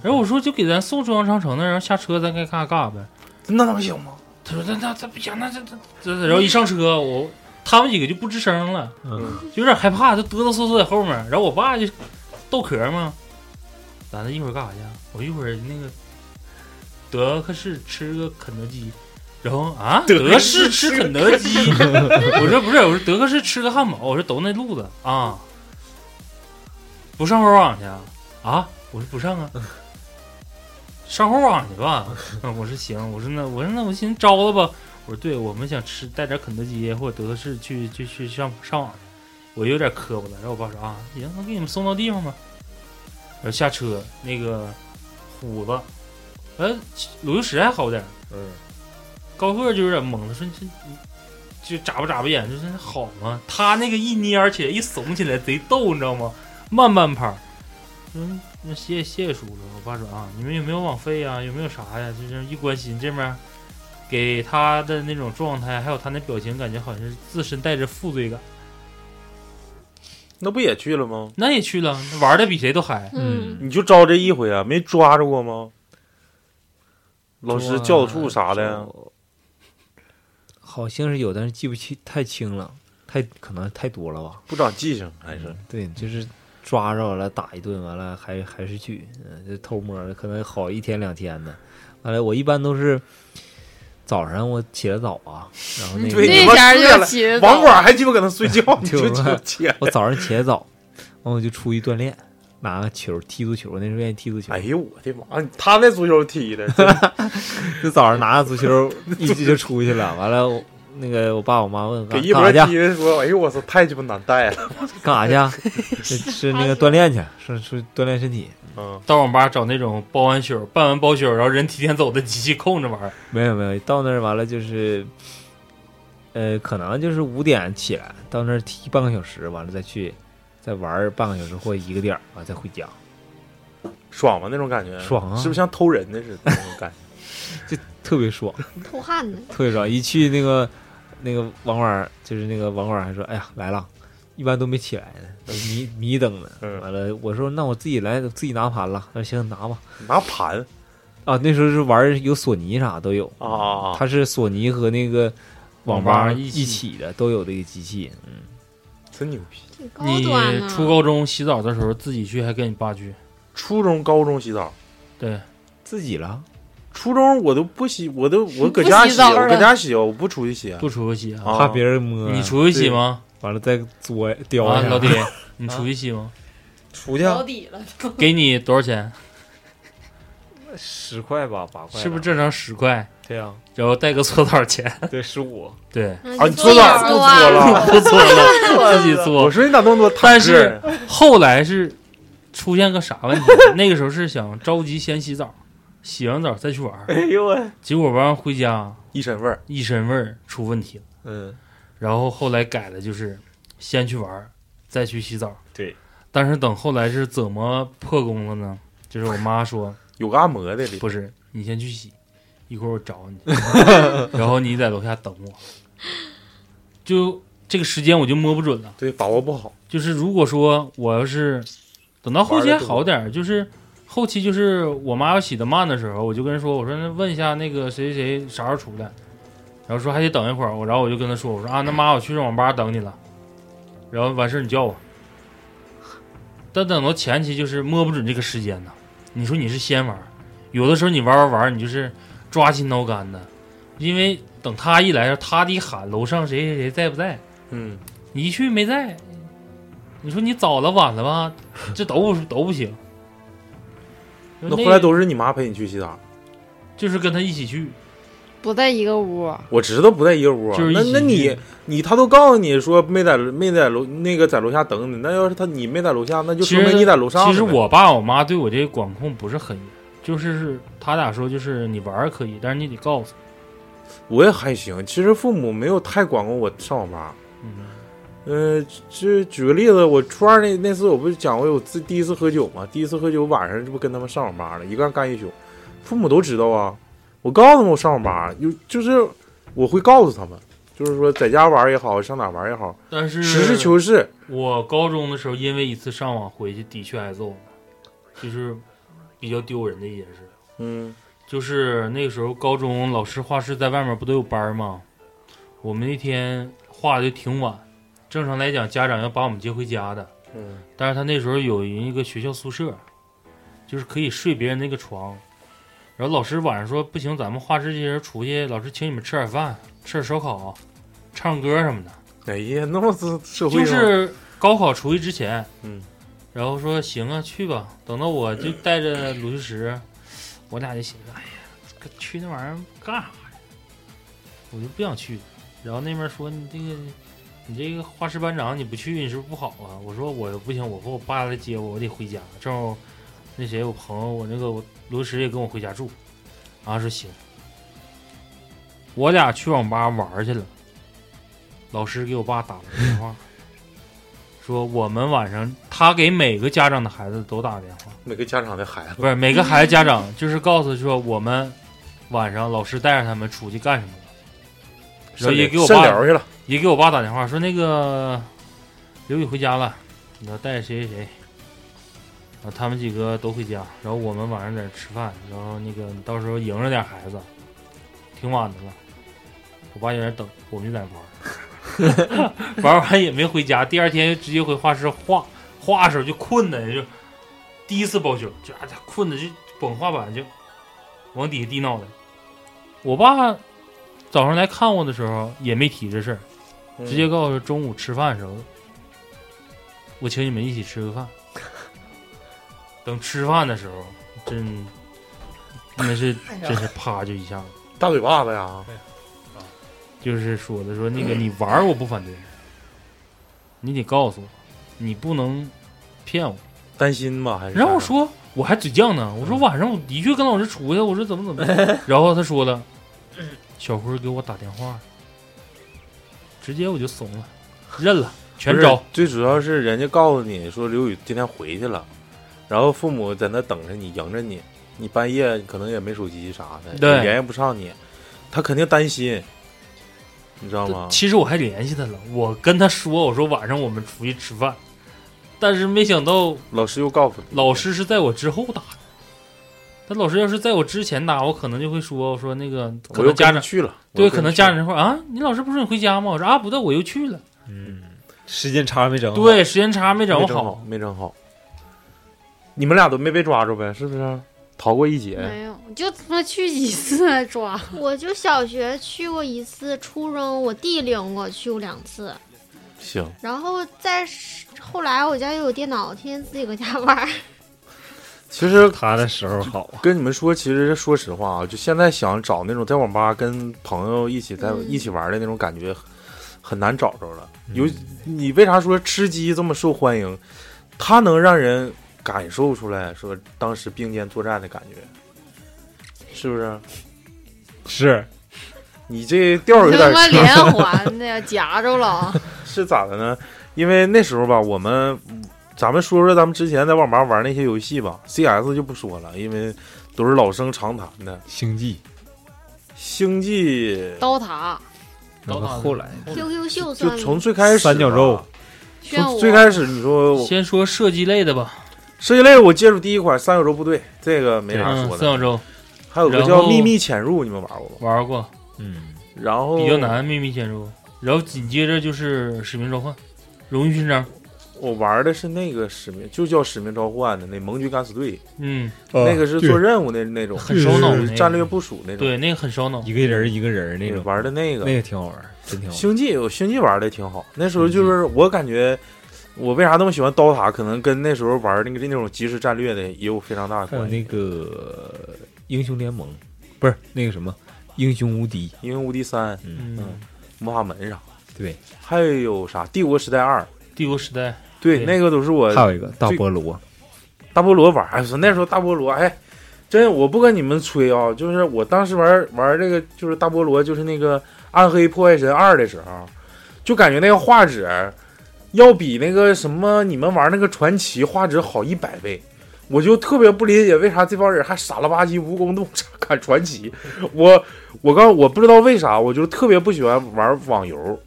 Speaker 1: 然后我说就给咱送中央商城那儿，然后下车咱该干啥干啥呗。
Speaker 3: 那能行吗？
Speaker 1: 他说那那这不行，那这这这，然后一上车我他们几个就不吱声了，
Speaker 4: 嗯
Speaker 1: 就有点害怕，就哆哆嗦嗦在后面。然后我爸就逗壳嘛，咱这一会儿干啥去啊？我一会儿那个德克士吃个肯德基，然后啊，
Speaker 8: 德
Speaker 1: 德式吃肯德基， 我说不是，我说德克士吃个汉堡，我说都那路子啊，不上互联网去啊？啊，我说不上啊，上互联网去吧。嗯我说行，我说那我说那我寻思招了吧，我说对，我们想吃带点肯德基或者德克士去去去上上网去，我有点磕巴了。然后我爸说啊，行，那给你们送到地方吧。然后下车那个虎子，呃，鲁豫石还好点儿。
Speaker 4: 嗯，
Speaker 1: 高个就有点懵了，说你这你就眨巴眨巴眼，就说好吗？他那个一蔫儿起来，一耸起来，贼逗，你知道吗？慢半拍儿，嗯，那谢谢谢谢叔叔。我爸说啊，你们有没有网费啊？有没有啥呀？就是一关心这面，给他的那种状态，还有他那表情，感觉好像是自身带着负罪感。
Speaker 3: 那不也去了吗？
Speaker 1: 那也去了，玩的比谁都嗨。
Speaker 5: 嗯，
Speaker 3: 你就招这一回啊，没抓着过吗？老师教导处啥的呀，
Speaker 4: 就好像是有，但是记不清太清了，太可能太多了吧？
Speaker 3: 不长记性还是
Speaker 4: 对，就是抓着完了打一顿，完了还还是去，嗯，就偷摸的，可能好一天两天的。完了，我一般都是早上我起得早啊，然 后那
Speaker 3: 对
Speaker 4: 个
Speaker 3: 你
Speaker 6: 那
Speaker 3: 妈
Speaker 6: 前儿
Speaker 3: 睡了
Speaker 6: 就起得
Speaker 3: 网
Speaker 6: 早，
Speaker 3: 管还鸡巴搁那睡 觉，你就
Speaker 4: 就
Speaker 3: 鸡巴起来。
Speaker 4: 我早上起得早，完我就出去锻炼，拿个球踢足球，那时候愿意踢足球
Speaker 3: 哎，呦我的妈！他那足球踢的， 真
Speaker 4: 就早上拿着足球一直就出去了。完了，我那个我爸我妈问
Speaker 3: 给
Speaker 4: 干
Speaker 3: 一
Speaker 4: 干
Speaker 3: 博
Speaker 4: 啥去？
Speaker 3: 踢的说：“哎呦我操，太鸡巴难带了。
Speaker 4: 干啥 去？啊是是那个锻炼去，是是锻炼身体。”
Speaker 3: 嗯，
Speaker 1: 到网吧找那种包完宿、办完包宿，然后人提前走的机器控制玩儿。
Speaker 4: 没有没有，到那儿完了就是，呃，可能就是五点起来，到那儿踢半个小时，完了再去，再玩儿半个小时或一个点儿，完了再回家。
Speaker 3: 爽吗？那种感觉
Speaker 4: 爽啊
Speaker 3: 是不是像偷人的似的那种感觉？
Speaker 4: 特别爽，
Speaker 5: 出汗呢。
Speaker 4: 特别爽！一去那个那个网管儿，就是那个网管儿还说：“哎呀，来了。”一般都没起来呢，都迷迷瞪呢。
Speaker 3: 嗯
Speaker 4: 完了，我说那我自己来，自己拿盘了。他说行，拿吧。
Speaker 3: 拿盘
Speaker 4: 啊，那时候是玩儿有索尼啥都有，
Speaker 3: 啊啊啊！
Speaker 4: 它是索尼和那个
Speaker 1: 网
Speaker 4: 网
Speaker 1: 吧
Speaker 4: 吧
Speaker 1: 一
Speaker 4: 一
Speaker 1: 起
Speaker 4: 起的，都有这个机器。嗯
Speaker 3: 真牛逼！
Speaker 5: 挺高
Speaker 1: 你
Speaker 5: 端
Speaker 6: 啊
Speaker 5: 呢。
Speaker 1: 初高中洗澡的时候自己去，还跟你爸去？
Speaker 3: 初中、高中洗澡，
Speaker 1: 对，
Speaker 4: 自己了，
Speaker 3: 初中我都不洗，我都我
Speaker 6: 不
Speaker 3: 搁家
Speaker 6: 洗
Speaker 3: 洗，
Speaker 6: 澡
Speaker 3: 我搁
Speaker 6: 了
Speaker 3: 家洗，我不出去洗啊。
Speaker 1: 不出去洗啊？
Speaker 4: 怕别人摸。
Speaker 1: 你出去洗
Speaker 3: 对
Speaker 1: 吗？
Speaker 4: 完了再作叼
Speaker 1: 啊，
Speaker 4: 一下。
Speaker 1: 老铁，你出去洗吗？
Speaker 4: 出去
Speaker 6: 保底了都。
Speaker 1: 给你多少钱？
Speaker 4: 十块吧，八块，
Speaker 1: 是不是？正常十块？
Speaker 4: 对呀，
Speaker 1: 然后带个搓澡钱。
Speaker 4: 对，十五。
Speaker 1: 对，
Speaker 5: 嗯
Speaker 3: 啊，你
Speaker 5: 做
Speaker 3: 搓澡不
Speaker 5: 做
Speaker 3: 搓了？
Speaker 1: 不搓了，自 己
Speaker 3: 我
Speaker 1: 搓。
Speaker 3: 说你咋那么多坦克？
Speaker 1: 但是后来是出现个啥问题？ 那个时候是想着急先洗澡，洗完澡再去玩儿，
Speaker 3: 哎呦喂，
Speaker 1: 结果玩完回家
Speaker 3: 一身味儿，
Speaker 1: 一身味儿出问题了。
Speaker 4: 嗯，
Speaker 1: 然后后来改的就是先去玩儿，再去洗澡。
Speaker 4: 对。
Speaker 1: 但是等后来是怎么破功了呢？就是我妈说。
Speaker 3: 有个按摩的里。
Speaker 1: 不是，你先去洗，一会儿我找你，然后你在楼下等我。就这个时间我就摸不准了。
Speaker 3: 对，把握不好，
Speaker 1: 就是如果说我要是等到后期还好点儿，就是后期就是我妈要洗的慢的时候，我就跟人说，我说那问一下那个谁谁谁啥时候出来，然后说还得等一会儿，我然后我就跟她说，我说啊，那妈我去上网吧等你了，然后完事儿你叫我。但等到前期就是摸不准这个时间呢，你说你是先玩儿，有的时候你玩玩玩，你就是抓心挠肝的，因为等他一来，他一喊楼上谁谁谁在不在，
Speaker 3: 嗯，
Speaker 1: 你一去没在，你说你早了晚了吧， 这都不都不行。
Speaker 3: 那后来都是你妈陪你去洗澡，
Speaker 1: 就是跟他一起去，
Speaker 6: 不在一个屋，
Speaker 3: 我知道不在一个屋，啊
Speaker 1: 就是一
Speaker 3: 那
Speaker 1: 起
Speaker 3: 那
Speaker 1: 去
Speaker 3: 你你他都告诉你说没在没在楼那个在楼下等你，那要是他你没在楼下，那就
Speaker 1: 其
Speaker 3: 说
Speaker 1: 实
Speaker 3: 明你在楼上呢呗。
Speaker 1: 其实我爸我妈对我这个管控不是很严，就是是他俩说就是你玩儿可以，但是你得告诉我。
Speaker 3: 我也还行，其实父母没有太管过我上网吧。
Speaker 1: 嗯，
Speaker 3: 呃，就举个例子，我初二那那次我不是讲过我自第一次喝酒嘛，第一次喝酒晚上这不跟他们上网吧了，一干干一宿，父母都知道啊。我告诉他们我上网吧，有就是我会告诉他们，就是说在家玩也好，上哪玩也好，
Speaker 1: 但是
Speaker 3: 实事求是。
Speaker 1: 我高中的时候因为一次上网回去的确挨揍了，就是比较丢人的一件事。
Speaker 3: 嗯，
Speaker 1: 就是那个时候高中老师画室在外面不都有班儿吗？我们那天画的就挺晚，正常来讲家长要把我们接回家的，
Speaker 3: 嗯，
Speaker 1: 但是他那时候有一个学校宿舍，就是可以睡别人那个床，然后老师晚上说不行，咱们画室这些人出去，老师请你们吃点饭，吃点烧烤，唱歌什么的。
Speaker 3: 哎呀，那么这社会
Speaker 1: 就
Speaker 3: 上
Speaker 1: 是高考出去之前，
Speaker 3: 嗯，
Speaker 1: 然后说行啊，去吧。等到我就带着鲁旭石，我俩就寻思，哎呀，去那玩意儿干啥呀？我就不想去。然后那边说你这个，你这个画室班长你不去，你是不是不好啊？我说我不行，我和我爸来接我，我得回家。正好那谁，我朋友，我那个我卢石也跟我回家住。然后说行，我俩去网吧玩儿去了。老师给我爸打了个电话，说我们晚上他给每个家长的孩子都打电话，
Speaker 3: 每个家长的孩子，
Speaker 1: 不是每个孩子家长，就是告诉说我们晚上老师带着他们出去干什么了。然后也给我
Speaker 3: 肾
Speaker 1: 爸
Speaker 3: 疗去了，
Speaker 1: 也给我爸打电话说那个刘宇回家了，你要带谁谁谁。然后他们几个都回家，然后我们晚上在那吃饭，然后那个你到时候迎着点孩子，挺晚的了。我爸在那等，我们就在那玩儿，玩 完也没回家，第二天直接回画室画，画的时候就困的就第一次包宿，就啊困的就崩画板就往底下低脑袋。我爸早上来看我的时候也没提这事儿，直接告诉我中午吃饭的时候，我请你们一起吃个饭。等吃饭的时候，真真的是真是啪就一下子，
Speaker 3: 大嘴巴子呀，
Speaker 1: 就是说的说那个你玩儿我不反对，你得告诉我，你不能骗我。
Speaker 3: 担心吧还是？
Speaker 1: 然后我，说我还嘴犟呢，我说晚上我的确跟老师出去，我说怎么怎么样，然后他说了，小辉给我打电话，直接我就怂了，认了，全招。。
Speaker 3: 最主要是人家告诉你说刘宇今天回去了，然后父母在那等着你，迎着你，你半夜可能也没手机啥的，
Speaker 1: 对
Speaker 3: 也联系不上你，他肯定担心，你知道吗？
Speaker 1: 其实我还联系他了，我跟他说，我说晚上我们出去吃饭，但是没想到
Speaker 3: 老师又告诉你，
Speaker 1: 老师是在我之后打的。但老师要是在我之前打，我可能就会说，我说那个可
Speaker 3: 我又
Speaker 1: 能家
Speaker 3: 跟你
Speaker 1: 长
Speaker 3: 去了，我
Speaker 1: 对，
Speaker 3: 又跟
Speaker 1: 可能
Speaker 3: 你去了
Speaker 1: 家长会啊，你老师不是说你回家吗？我说啊，不对，我又去了。
Speaker 4: 时间差没整好，
Speaker 1: 对，时间差没
Speaker 3: 没
Speaker 1: 掌握
Speaker 3: 整
Speaker 1: 好，，
Speaker 3: 没整好。你们俩都没被抓住呗？是不是？逃过一劫，
Speaker 6: 没有，就他妈去几次还抓，
Speaker 5: 我就小学去过一次，初中我弟领我去过两次，
Speaker 3: 行，
Speaker 5: 然后在后来我家又有电脑，天天自己搁家玩儿。
Speaker 3: 其实
Speaker 4: 他的时候好 啊，
Speaker 3: 跟你们说，其实说实话啊，就现在想找那种在网吧跟朋友一起在、
Speaker 5: 嗯
Speaker 3: 一起玩的那种感觉，很难找着了。尤你为啥说吃鸡这么受欢迎？它能让人感受出来说当时并肩作战的感觉，是不是？
Speaker 4: 是
Speaker 3: 你这调儿有
Speaker 6: 他
Speaker 3: 点
Speaker 6: 妈
Speaker 3: 儿
Speaker 6: 连环的夹着了，
Speaker 3: 是咋的呢？因为那时候吧，我们咱们说说咱们之前在网吧玩那些游戏吧，CS 就不说了，因为都是老生常谈的。
Speaker 4: 星际，
Speaker 3: 星际
Speaker 6: 刀塔、
Speaker 4: 然
Speaker 1: 刀
Speaker 4: 后
Speaker 1: 塔
Speaker 4: 嗯后来
Speaker 5: QQ 秀
Speaker 3: 就
Speaker 5: 算
Speaker 3: 从最开始
Speaker 4: 三角洲
Speaker 3: 啊，
Speaker 6: 炫
Speaker 3: 从
Speaker 6: 舞，
Speaker 3: 最开始你说我
Speaker 1: 先说射击类的吧，
Speaker 3: 射击类，我接触第一款三角洲部队，这个没啥
Speaker 1: 嗯，
Speaker 3: 说
Speaker 1: 三
Speaker 3: 的。
Speaker 1: 角洲
Speaker 3: 还有个
Speaker 1: 然
Speaker 3: 叫
Speaker 1: 后
Speaker 3: 秘密潜入，你们玩过吗？
Speaker 1: 玩过，
Speaker 4: 嗯，
Speaker 3: 然后
Speaker 1: 比较，难，秘密潜入。然后紧接着就是使命召唤，荣誉勋
Speaker 3: 哦
Speaker 1: 章，
Speaker 3: 我玩的是那个使命，就叫使命召唤的那盟军敢死队，
Speaker 4: 啊
Speaker 1: 嗯，
Speaker 3: 那个是做任务的那种，
Speaker 1: 很烧脑
Speaker 3: 就
Speaker 1: 那
Speaker 3: 是
Speaker 1: 个
Speaker 3: 战略部署那种。
Speaker 1: 对，那个很烧脑。
Speaker 4: 一个人儿一个人儿那种，
Speaker 3: 玩的那个
Speaker 4: 那个挺好玩儿，真挺好玩儿。
Speaker 3: 星际，我星际玩的挺好。那时候就是我感觉，我为啥那么喜欢刀塔，可能跟那时候玩那个那种即时战略的也有非常大的
Speaker 4: 还有
Speaker 3: 关系。
Speaker 4: 那个英雄联盟，不是那个什么英雄无敌，
Speaker 3: 因为无敌三、
Speaker 1: 嗯，
Speaker 3: 魔法门啥，
Speaker 4: 对，
Speaker 3: 还有啥帝国时代二，
Speaker 1: 帝国时代，
Speaker 3: 对，
Speaker 1: 对
Speaker 3: 那个都是我
Speaker 4: 还有一个大
Speaker 3: 最
Speaker 4: 菠萝，
Speaker 3: 大菠萝玩儿。哎，我说那时候大菠萝，哎，真我不跟你们吹啊，就是我当时玩玩这个就是大菠萝，就是那个《暗黑破坏神二》的时候，就感觉那个画质要比那个什么你们玩那个传奇画质好一百倍。我就特别不理解，为啥这帮人还傻了吧唧、无功动啥砍传奇？我我刚我不知道为啥，我就特别不喜欢玩网游，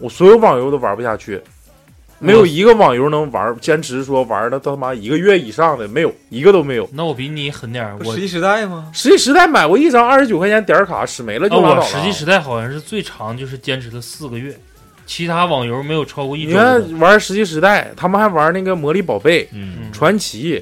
Speaker 3: 我所有网游都玩不下去，没有一个网游能玩坚持说玩的他妈一个月以上的没有一个都没有。
Speaker 1: 那我比你狠点儿，我呃
Speaker 4: 十一时代吗？
Speaker 3: 实际时代买过一张二十九块钱点儿卡，使没了就
Speaker 1: 啊，
Speaker 3: 拉
Speaker 1: 我
Speaker 3: 倒了。
Speaker 1: 实际时代好像是最长就是坚持了四个月，其他网游没有超过一
Speaker 3: 你
Speaker 1: 周的。
Speaker 3: 看玩实际时代，他们还玩那个魔力宝贝、
Speaker 4: 嗯
Speaker 1: 嗯
Speaker 3: 传奇，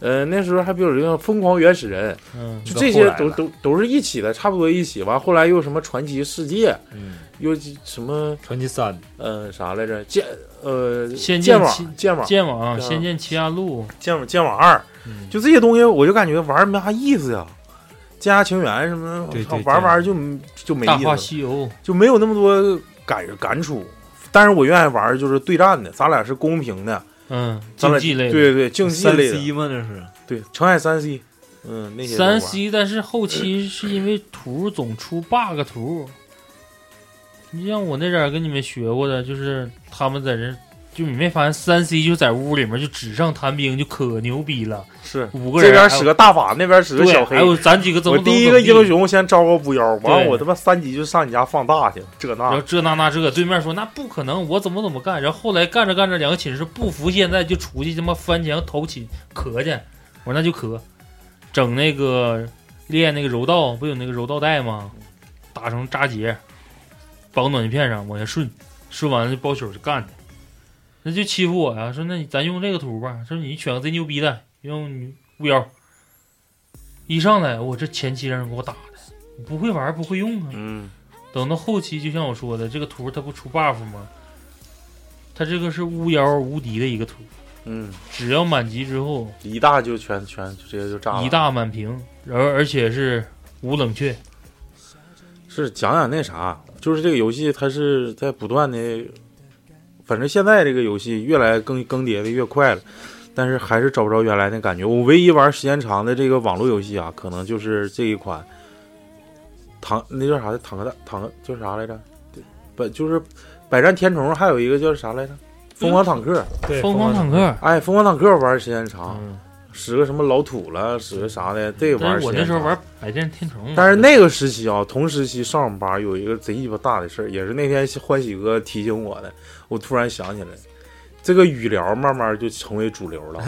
Speaker 3: 呃，那时候还比较流行《疯狂原始人》，
Speaker 1: 嗯
Speaker 3: 就这
Speaker 8: 后
Speaker 3: 些
Speaker 8: 来
Speaker 3: 都
Speaker 8: 了
Speaker 3: 都都是一起的，差不多一起。完后来又什么《传奇世界》，
Speaker 1: 嗯，
Speaker 3: 又什么
Speaker 4: 传奇三，
Speaker 3: 呃啥来着？剑呃
Speaker 1: 仙剑
Speaker 3: 剑网
Speaker 1: 七
Speaker 3: 剑网
Speaker 1: 剑网、
Speaker 3: 对啊
Speaker 1: 仙剑奇侠录，
Speaker 3: 剑网剑网二，
Speaker 1: 嗯
Speaker 3: 就这些东西，我就感觉玩儿没啥意思呀。剑侠情缘什么的，
Speaker 4: 对
Speaker 3: 我操
Speaker 4: 对
Speaker 3: 玩儿
Speaker 4: 对
Speaker 3: 玩儿就就没
Speaker 1: 大
Speaker 3: 意思
Speaker 1: 话
Speaker 3: 了，
Speaker 1: 西游，
Speaker 3: 就没有那么多感感触。但是我愿意玩儿就是对战的，咱俩是公平的，
Speaker 1: 嗯，
Speaker 3: 咱
Speaker 1: 竞
Speaker 3: 俩
Speaker 1: 技类的，
Speaker 3: 对对竞技
Speaker 4: 三
Speaker 3: 类的，
Speaker 4: C 吗？那是
Speaker 3: 对澄海三 C，嗯那些都
Speaker 1: 三
Speaker 3: 玩
Speaker 1: C，但是后期是因为图总出 bug 图。你像我那阵儿跟你们学过的，就是他们在这，就你没发现三 C 就在屋里面就纸上谈兵，就可牛逼了，
Speaker 3: 是
Speaker 1: 五个人
Speaker 3: 这边
Speaker 1: 还有
Speaker 3: 使个大法，那边使个
Speaker 1: 对
Speaker 3: 小黑
Speaker 1: 还。有咱几个怎
Speaker 3: 我
Speaker 1: 么怎么
Speaker 3: 第一
Speaker 1: 怎
Speaker 3: 个
Speaker 1: 么地
Speaker 3: 英雄先招个狐妖，完
Speaker 1: 对
Speaker 3: 了我他妈三级就上你家放大去了，这
Speaker 1: 然后
Speaker 3: 那
Speaker 1: 这那那这，对面说那不可能，我怎么怎么干。然后后来干着干着，两个寝室不服，现在就出去他妈翻墙偷寝磕去。我说那就磕，整那个练那个柔道，不有那个柔道带吗？打成扎结，绑暖气片上往下顺，顺完了就包宿就干去。那就欺负我呀，说那你咱用这个图吧，说你选个贼牛逼的，用你巫妖。一上来我这前期让人给我打的，我不会玩不会用啊。
Speaker 3: 嗯，
Speaker 1: 等到后期，就像我说的，这个图它不出 buff 吗？它这个是巫妖无敌的一个图，
Speaker 3: 嗯，
Speaker 1: 只要满级之后，
Speaker 3: 一大就全全直接就炸了。
Speaker 1: 一大满屏，然后而且是无冷却，
Speaker 3: 是讲讲那啥，就是这个游戏它是在不断的，反正现在这个游戏越来更更迭的越快了，但是还是找不着原来那感觉。我唯一玩时间长的这个网络游戏啊，可能就是这一款，坦那叫啥的坦克大坦克叫啥来着？对不就是百战天虫，还有一个叫啥来
Speaker 1: 嗯
Speaker 3: 着？疯狂坦克，
Speaker 4: 对
Speaker 1: 疯狂坦，克。
Speaker 3: 哎，疯狂坦克玩时间长，
Speaker 1: 嗯，
Speaker 3: 使个什么老土了，使个啥的，啊这个玩
Speaker 1: 但
Speaker 3: 儿
Speaker 1: 是我
Speaker 3: 时
Speaker 1: 那
Speaker 3: 间
Speaker 1: 时候
Speaker 3: 长
Speaker 1: 玩百战天
Speaker 4: 嗯
Speaker 1: 虫，
Speaker 3: 但是那个时期啊，同时期上网吧有一个贼鸡巴大的事儿，也是那天欢喜哥提醒我的，我突然想起来，这个语聊慢慢就成为主流 了。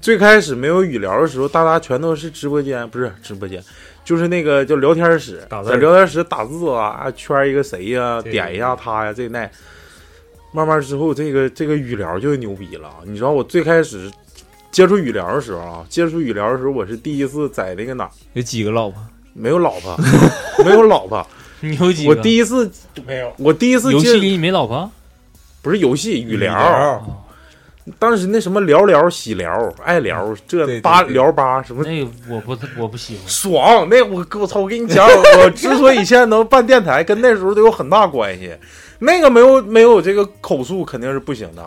Speaker 3: 最开始没有语聊的时候，大家全都是直播间，不是直播间，就是那个叫聊天室，
Speaker 4: 打字
Speaker 3: 在聊天室打字啊，啊圈一个谁呀、
Speaker 4: 对
Speaker 3: 点一下他呀、这那。慢慢之后，这个这个语聊就牛逼了。你知道我最开始接触语聊的时候啊，接触语聊的时候，我是第一次在那个哪儿
Speaker 4: 有几个老婆？
Speaker 3: 没有老婆， 没有老婆。
Speaker 1: 你有几个？
Speaker 3: 我第一次没有，我第一次
Speaker 1: 游戏
Speaker 3: 进
Speaker 1: 里你没老婆？
Speaker 3: 不是游戏语聊，
Speaker 4: 聊，
Speaker 3: 当时那什么聊聊、喜聊、爱聊，
Speaker 4: 对
Speaker 3: 这
Speaker 4: 对
Speaker 3: 八
Speaker 4: 对
Speaker 3: 聊八什么
Speaker 1: 那个我不我不喜欢。
Speaker 3: 爽。那我我操，我跟你 讲，我之所以现在能办电台，跟那时候都有很大关系。那个没有没有这个口述肯定是不行的。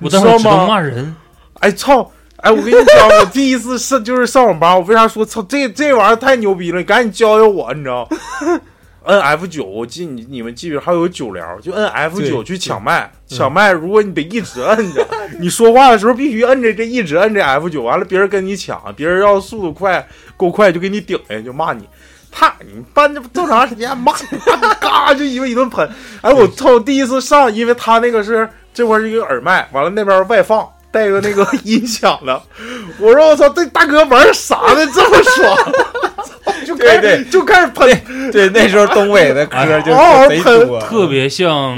Speaker 1: 我
Speaker 3: 知
Speaker 1: 当
Speaker 3: 道
Speaker 1: 时只能
Speaker 3: 吗
Speaker 1: 骂人，
Speaker 3: 哎操！哎，我跟你讲，我第一次上就是上网吧，我为啥说操这这玩意儿太牛逼了？你赶紧教教我，你知道？N F 九，我记你你们记不？还有九聊，就 N F 九
Speaker 4: 对嗯
Speaker 3: 去抢麦，抢麦，如果你得一直摁着，你说话的时候必须摁着这一直摁着 F 九，完了别人跟你抢，别人要速度快够快就给你顶下去，就骂你。他你搬这多长时间 骂你，嘎就一顿一顿喷。哎，我操！第一次上，因为他那个是这块儿是一个耳麦，完了那边外放，带个那个音响的。我说我操，这大哥玩啥呢？这么爽， 就开始
Speaker 4: 对对
Speaker 3: 就开始喷，
Speaker 4: 对，那时候东北 的歌就
Speaker 3: 嗷嗷
Speaker 4: 是贼
Speaker 3: 喷
Speaker 4: 多，
Speaker 1: 特别像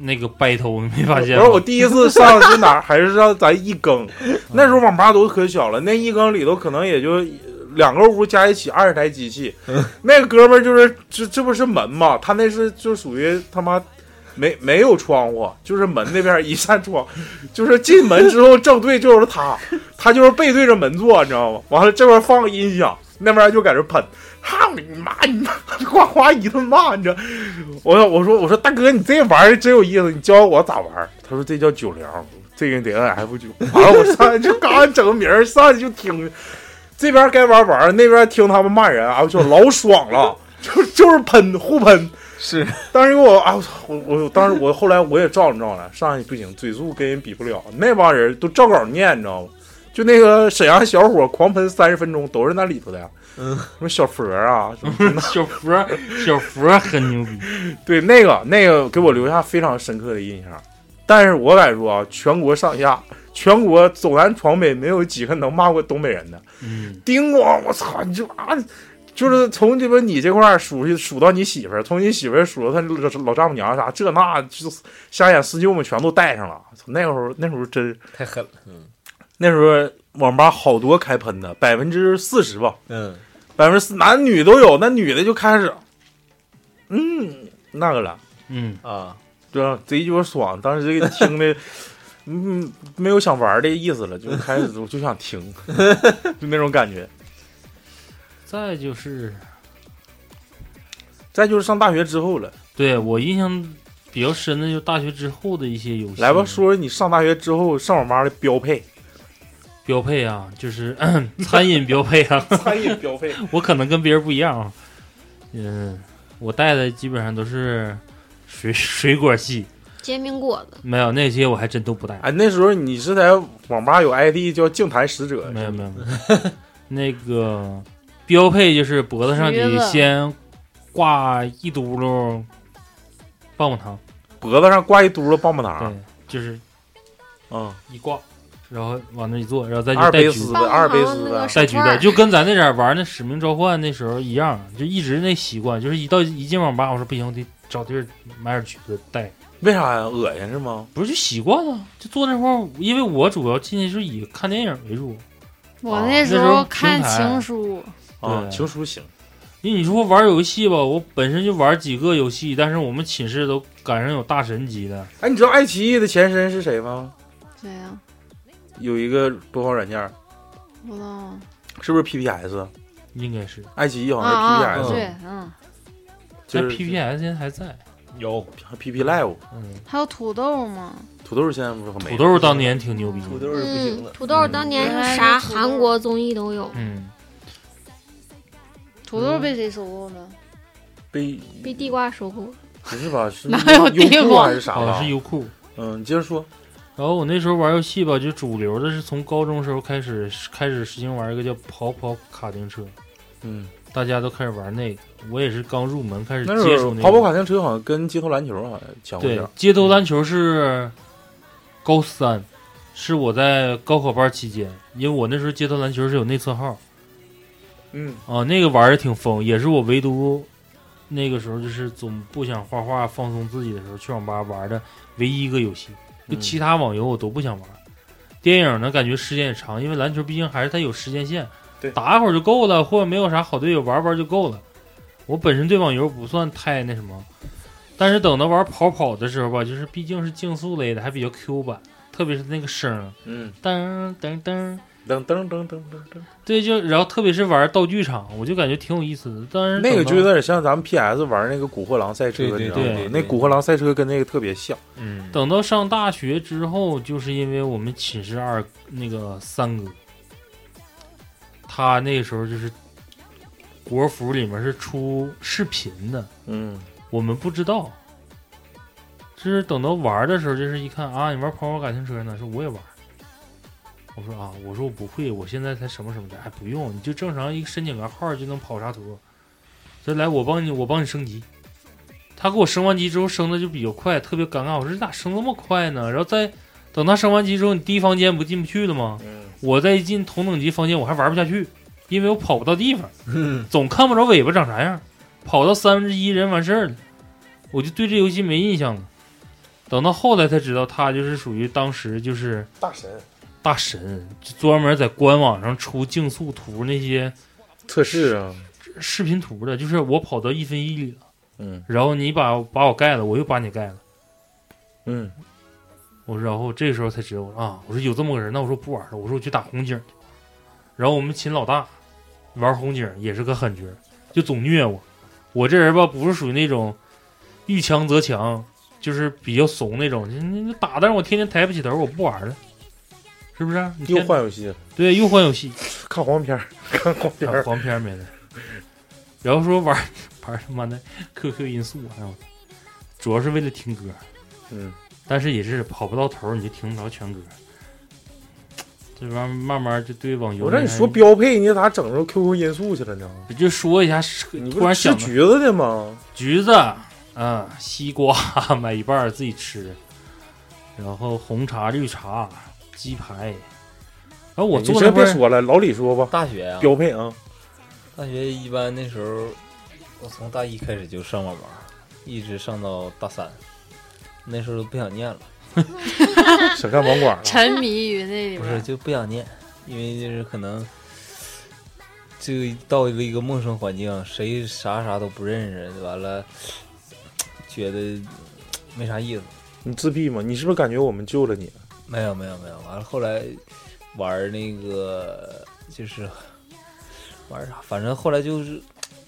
Speaker 1: 那个白头，你没发现
Speaker 3: 我
Speaker 1: 吗？
Speaker 3: 说我第一次上是哪儿？还是上咱一 更？那时候网吧都可小了，那一更里头可能也就两个屋加一起二十台 机器。那个哥们儿就是这这不是门嘛？他那是就属于他妈没没有窗户，就是门那边一扇窗，就是进门之后正对就是他，他就是背对着门坐，你知道吗？完了这边放个音响，那边就搁这喷。哈你妈你妈，呱呱一顿骂，你知道？我说我说我说大哥，你这玩意儿真有意思，你教我咋玩儿？他说这叫九零，这个得摁 F 九。完了，我上去就嘎整个名儿，上去就听，这边该玩玩儿，那边听他们骂人，啊，我就老爽了，就就是喷互喷。
Speaker 4: 是
Speaker 3: 当时给我啊，我操我我当时我后来我也照着照了，上去不行，嘴速跟人比不了，那帮人都照稿念，你知道吗？就那个沈阳小伙狂喷三十分钟，都是那里头的，
Speaker 4: 嗯，
Speaker 3: 什么小佛儿啊，什么
Speaker 1: 小佛，小佛很牛逼。
Speaker 3: 对，那个那个给我留下非常深刻的印象。但是我敢说啊，全国上下，全国走南闯北，没有几个能骂过东北人的。
Speaker 1: 嗯，
Speaker 3: 叮咣，我操，你这啊，就是从这个你这块儿数去数到你媳妇儿，从你媳妇儿数到她老老丈母娘啥，这那就瞎眼四舅们全都带上了。从那会儿那时候真
Speaker 4: 太狠了，
Speaker 3: 那时候网吧好多开喷的，百分之四十吧，
Speaker 4: 嗯，
Speaker 3: 百分之四男女都有，那女的就开始，嗯，那个了
Speaker 1: 嗯，
Speaker 3: 啊，对吧？贼鸡巴爽，当时这个听的，嗯，没有想玩的意思了，就开始就就想停， 就那种感觉。
Speaker 1: 再就是
Speaker 3: 再就是上大学之后了，
Speaker 1: 对我印象比较深的，就是大学之后的一些游戏。
Speaker 3: 来吧，说说你上大学之后上网吧的标配，
Speaker 1: 标配啊，就是 餐饮标配啊，
Speaker 3: 餐饮标配，
Speaker 1: 我可能跟别人不一样啊。嗯，我带的基本上都是水 水果系，
Speaker 5: 煎饼果子，
Speaker 1: 没有那些我还真都不带。
Speaker 3: 哎，那时候你是在网吧有 ID 叫“净坛使者”，
Speaker 1: 没有没有，没
Speaker 3: 哎
Speaker 1: 有 那个标配就是脖子上
Speaker 6: 橘
Speaker 1: 得
Speaker 6: 子
Speaker 1: 先挂一嘟噜棒棒糖，
Speaker 3: 脖子上挂一嘟噜棒棒糖，
Speaker 1: 对，就是
Speaker 3: 嗯，
Speaker 1: 一挂，然后往那一坐，然后再
Speaker 3: 阿尔
Speaker 1: 就带
Speaker 3: 卑
Speaker 1: 橘
Speaker 3: 斯
Speaker 1: 子
Speaker 3: 的，阿尔卑斯的，啊
Speaker 1: 带橘子，就跟咱那点儿玩那使命召唤那时候一样，就一直那习惯，就是一到一进网吧，我说不行，我得找地儿买点橘子带。
Speaker 3: 为啥呀？恶心是吗？
Speaker 1: 不是就习惯了，就坐那块儿，因为我主要进去是以看电影为主。
Speaker 6: 我
Speaker 3: 啊
Speaker 6: 那时
Speaker 1: 那时候
Speaker 6: 候看
Speaker 1: 平台
Speaker 6: 情书，
Speaker 3: 啊，
Speaker 1: 对
Speaker 3: 情书行，
Speaker 1: 因为你说玩游戏吧，我本身就玩几个游戏，但是我们寝室都赶上有大神级的，
Speaker 3: 哎，你知道爱奇艺的前身是谁吗？
Speaker 6: 谁呀？
Speaker 3: 有一个播放软件儿，
Speaker 6: 不知道啊
Speaker 3: 是不是 PPS？
Speaker 1: 应该是。
Speaker 3: 爱奇艺好
Speaker 6: 啊
Speaker 3: 像
Speaker 6: 啊！
Speaker 3: 是 PPS，、
Speaker 6: 对，嗯，
Speaker 3: 就
Speaker 1: 但
Speaker 3: 是
Speaker 1: PPS 现在还在，
Speaker 3: 有
Speaker 5: 啊
Speaker 3: PP Live，
Speaker 1: 嗯，
Speaker 6: 还有土豆吗？
Speaker 3: 土豆现在不是很没
Speaker 1: 土豆当年挺牛逼，
Speaker 4: 土豆是不行
Speaker 5: 嗯
Speaker 4: 了，，
Speaker 5: 土豆当年
Speaker 6: 嗯
Speaker 5: 啥韩国综艺都有，
Speaker 1: 嗯，
Speaker 6: 土豆被谁收购了？
Speaker 3: 被
Speaker 5: 被地瓜收购。
Speaker 3: 不是吧？ 是
Speaker 6: 哪有
Speaker 3: 优
Speaker 6: 地
Speaker 3: 酷
Speaker 6: 瓜
Speaker 3: 还是啥
Speaker 1: 好哦
Speaker 3: 吧？
Speaker 1: 像是优酷。
Speaker 3: 嗯，你接着说，
Speaker 1: 然后我那时候玩游戏吧，就主流的是从高中时候开始开始实行玩一个叫跑跑卡丁车，
Speaker 3: 嗯，
Speaker 1: 大家都开始玩那个，我也是刚入门开始
Speaker 3: 那
Speaker 1: 接
Speaker 3: 时
Speaker 1: 触
Speaker 3: 候
Speaker 1: 那个。
Speaker 3: 跑跑卡丁车好像跟街头篮球好像强过
Speaker 1: 对
Speaker 3: 点儿，，
Speaker 1: 街头篮球是高三，是我在高考班期间，因为我那时候街头篮球是有内测号
Speaker 3: 嗯，
Speaker 1: 啊，那个玩的挺疯，也是我唯独那个时候就是总不想画画放松自己的时候去网吧玩的唯一一个游戏，就
Speaker 3: 嗯
Speaker 1: 其他网游我都不想玩。电影呢，感觉时间也长，因为篮球毕竟还是它有时间线，
Speaker 3: 对
Speaker 1: 打一会儿就够了，或者没有啥好队友玩玩就够了。我本身对网游不算太那什么，但是等到玩跑跑的时候吧，就是毕竟是竞速类的，还比较 Q 版，特别是那个声儿，
Speaker 3: 嗯，
Speaker 1: 噔噔噔，
Speaker 3: 噔噔噔噔噔噔，
Speaker 1: 对，就然后特别是玩道具场，我就感觉挺有意思的。但是
Speaker 3: 那个就
Speaker 1: 觉
Speaker 3: 有
Speaker 1: 得，
Speaker 3: 点像咱们 PS 玩那个古惑狼赛车，
Speaker 4: 对对
Speaker 3: 你知道吗
Speaker 1: 对对
Speaker 3: 那古惑狼赛车跟那个特别像，
Speaker 4: 嗯，
Speaker 1: 等到上大学之后，就是因为我们寝室二那个三哥，他那时候就是国服里面是出视频的，
Speaker 3: 嗯，
Speaker 1: 我们不知道。就是等到玩的时候，就是一看啊，你玩跑跑卡丁车呢，说我也玩。我说啊，我说我不会，我现在才什么什么的，哎，不用，你就正常一个申请个号就能跑啥图。这来，我帮你，我帮你升级。他给我升完级之后，升的就比较快，特别尴尬。我说你咋升这么快呢？然后再等他升完级之后，你第一房间不进不去了吗？
Speaker 3: 嗯
Speaker 1: 我再一进同等级房间，我还玩不下去，因为我跑不到地方，总看不着尾巴长啥样，跑到三分之一人完事儿了，我就对这游戏没印象了。等到后来才知道，他就是属于当时就是
Speaker 3: 大神
Speaker 1: 大神，就专门在官网上出竞速图那些
Speaker 3: 测试啊，
Speaker 1: 视频图的，就是我跑到一分一里了，
Speaker 3: 嗯
Speaker 1: 然后你把把我盖了，我又把你盖了。
Speaker 3: 嗯，
Speaker 1: 我说，然后这时候才知道我说啊，我说有这么个人，那我说不玩了，我说我去打红警去。然后我们寝老大玩红警也是个狠角儿，就总虐我。我这人吧，不是属于那种遇强则强，就是比较怂那种。你你你打，但是我天天抬不起头，我不玩了，是不是、你
Speaker 3: 又
Speaker 1: 天
Speaker 3: 换游戏，
Speaker 1: 对又换游戏，
Speaker 3: 看黄片儿， 看黄片
Speaker 1: 啊
Speaker 3: 儿，
Speaker 1: 黄片儿没了。然后说玩玩他妈的 QQ 音速，哎呦我，主要是为了听歌。
Speaker 3: 嗯，
Speaker 1: 但是也是跑不到头儿，你就听不着全歌。这玩意儿慢慢就对网游，
Speaker 3: 我让你说
Speaker 1: 标，
Speaker 3: 标配，你咋整出 QQ 音速去了呢？
Speaker 1: 就说一下，
Speaker 3: 你
Speaker 1: 突
Speaker 3: 不
Speaker 1: 然
Speaker 3: 是吃
Speaker 1: 想到
Speaker 3: 橘子的吗？
Speaker 1: 橘子，啊，西瓜买一半儿自己吃，然后红茶、绿茶、鸡排。然后我
Speaker 3: 哎你
Speaker 1: 做那
Speaker 3: 先
Speaker 1: 会
Speaker 3: 别
Speaker 1: 儿，
Speaker 3: 说了，老李说吧，
Speaker 4: 大学啊，
Speaker 3: 标配啊，
Speaker 4: 大学一般那时候，我从大一开始就上网吧，一直上到大三，那时候都不想念了，
Speaker 3: 想干网管了， 啊
Speaker 6: 沉迷于那里
Speaker 4: 不是
Speaker 6: 边。
Speaker 4: 就不想念，因为就是可能这到了一个陌生环境，谁啥啥都不认识，完了觉得没啥意思。
Speaker 3: 你自闭吗？你是不是感觉我们救了你？啊
Speaker 4: 没有没有没有，完了后来玩那个就是 玩啥，反正后来就是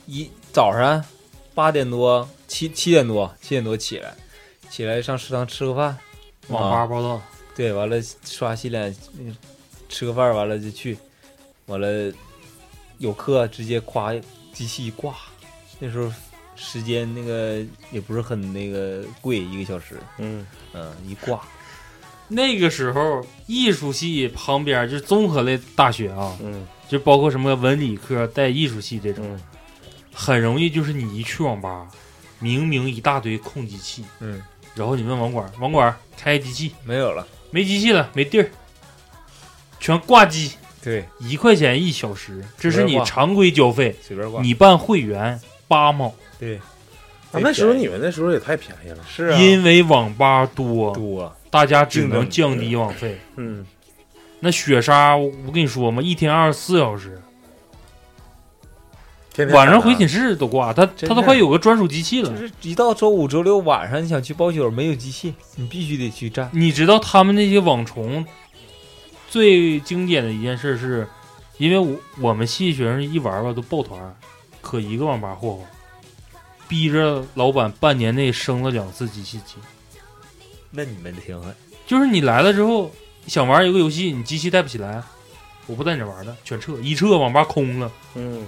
Speaker 4: 一早上八点多七七点多七点多起来，起来上食堂吃个饭，啊
Speaker 1: 网
Speaker 3: 啊
Speaker 1: 吧报道，
Speaker 4: 对，完了刷洗脸，嗯吃个饭，完了就去，完了有课直接夸机器一挂，那时候时间那个也不是很那个贵，一个小时，
Speaker 3: 嗯，
Speaker 4: 嗯，一挂，
Speaker 1: 那个时候艺术系旁边就是综合类大学啊，
Speaker 3: 嗯
Speaker 1: 就包括什么文理科带艺术系这种，
Speaker 3: 嗯
Speaker 1: 很容易就是你一去网吧，明明一大堆空机器，
Speaker 4: 嗯，
Speaker 1: 然后你问网管，网管开机器
Speaker 4: 没有了，
Speaker 1: 没机器了，没地儿，全挂机，
Speaker 4: 对，
Speaker 1: 一块钱一小时，这是
Speaker 4: 随
Speaker 1: 你
Speaker 4: 便挂
Speaker 1: 常规交费，
Speaker 4: 随便挂，
Speaker 1: 你办会员八毛，
Speaker 4: 对，
Speaker 3: 啊，那时候你们那时候也太便宜了，
Speaker 4: 是啊，
Speaker 1: 因为网吧多，啊
Speaker 4: 多，
Speaker 1: 大家只
Speaker 4: 竞争
Speaker 1: 能降低网费。
Speaker 3: 嗯，
Speaker 1: 那雪莎，我我跟你说嘛，一天二十四小时，
Speaker 3: 天天
Speaker 1: 晚上
Speaker 3: 打
Speaker 1: 回寝室都挂，他他
Speaker 4: 真
Speaker 1: 都
Speaker 4: 的
Speaker 1: 快有个专属机器了
Speaker 4: 就。是一到周五、周六晚上，你想去包宿没有机器，你必须得去站。
Speaker 1: 你知道他们那些网虫最经典的一件事是，因为我我们系学生一玩吧都抱团儿，可一个网吧霍霍，逼着老板半年内升了两次机器机。
Speaker 4: 那你们挺狠，
Speaker 1: 就是你来了之后想玩一个游戏，你机器带不起来，我不带你玩了，全撤，一撤网吧空了，
Speaker 3: 嗯，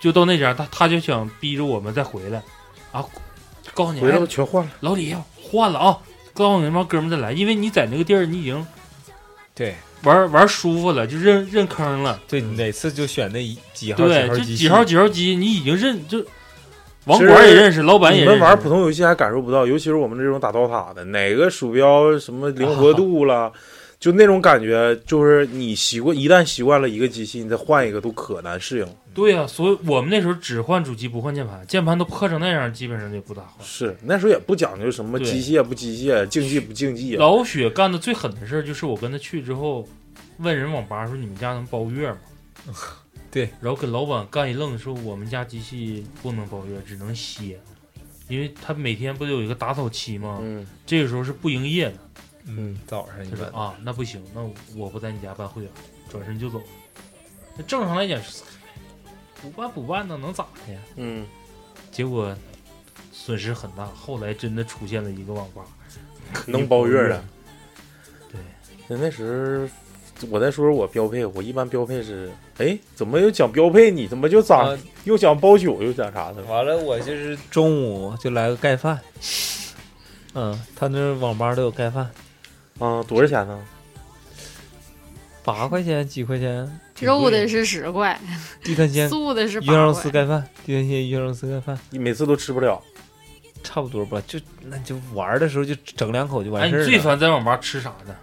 Speaker 1: 就到那家，他他就想逼着我们再回来，啊，告诉你，
Speaker 3: 回
Speaker 1: 哎
Speaker 3: 头全换了，
Speaker 1: 老李换了啊，告诉你那帮哥们儿再来，因为你在那个地儿你已经。
Speaker 4: 对
Speaker 1: 玩玩舒服了，就认认坑了。
Speaker 4: 对，哪次就选那一几号
Speaker 1: 对，就
Speaker 4: 机
Speaker 1: 几
Speaker 4: 几
Speaker 1: 号
Speaker 4: 号
Speaker 1: 几号机，你已经认就，网
Speaker 3: 其实
Speaker 1: 管也认识，老板
Speaker 3: 你
Speaker 1: 也认
Speaker 3: 们
Speaker 1: 识。
Speaker 3: 玩普通游戏还感受不到，尤其是我们这种打刀塔的，哪个鼠标什么灵活度啦，就那种感觉，就是你习惯，一旦习惯了一个机器，你再换一个都可难适应了。
Speaker 1: 对呀、所以我们那时候只换主机不换键盘，键盘都破成那样，基本上就不咋换。
Speaker 3: 是那时候也不讲究什
Speaker 1: 啊
Speaker 3: 么
Speaker 1: 对
Speaker 3: 机械不机械，竞技不竞技啊，
Speaker 1: 老雪干的最狠的事儿就是我跟他去之后，问人网吧说你们家能包月吗？
Speaker 4: 对，
Speaker 1: 然后跟老板干一愣，说我们家机器不能包月，只能歇，因为他每天不得有一个打扫期吗？
Speaker 3: 嗯，
Speaker 1: 这个时候是不营业的。
Speaker 4: 嗯，早上一
Speaker 1: 他说
Speaker 4: 般，
Speaker 1: 啊，那不行，那我不在你家办会员，转身就走。那正常来讲是补办补办呢，能咋的呀？
Speaker 3: 嗯，
Speaker 1: 结果损失很大。后来真的出现了一个网吧，
Speaker 3: 能包月啊。
Speaker 1: 对，
Speaker 3: 那那时候我再说说我标配，我一般标配是，哎，怎么又讲标配你？怎么就讲、
Speaker 4: 啊
Speaker 3: 又讲包宿又讲啥的？
Speaker 4: 完了我就是中午就来个盖饭，嗯，他那网吧都有盖饭，
Speaker 3: 啊，多少钱呢？
Speaker 4: 八块钱几块钱，
Speaker 6: 肉的是十块，
Speaker 4: 地摊鲜
Speaker 6: 素的是
Speaker 4: 鱼香
Speaker 6: 八
Speaker 4: 肉丝
Speaker 6: 块。
Speaker 4: 盖饭，地摊鲜鱼香肉丝盖饭，
Speaker 3: 你每次都吃不了，
Speaker 4: 差不多吧，就那就玩的时候就整两口就
Speaker 1: 哎，
Speaker 4: 完
Speaker 1: 你
Speaker 4: 事儿
Speaker 1: 最
Speaker 4: 了。
Speaker 1: 烦在网吧吃啥的？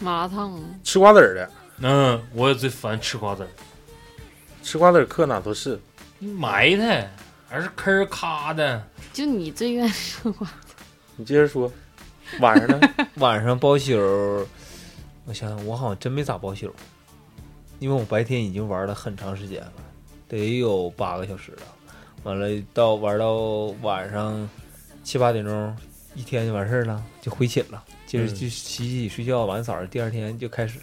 Speaker 6: 麻辣烫，
Speaker 3: 吃瓜子儿的，
Speaker 1: 嗯，我也最烦吃瓜子儿，
Speaker 3: 吃瓜子儿嗑哪都是。
Speaker 1: 埋汰还是吭儿咔的。
Speaker 6: 就你最愿意吃瓜
Speaker 3: 你接着说，晚上呢？
Speaker 4: 晚上包宿，我想想，我好像真没咋包宿，因为我白天已经玩了很长时间了，得有八个小时了。完了到玩到晚上七八点钟，一天就完事儿了，就回寝了，接着
Speaker 3: 嗯
Speaker 4: 就洗洗睡觉，完早上第二天就开始，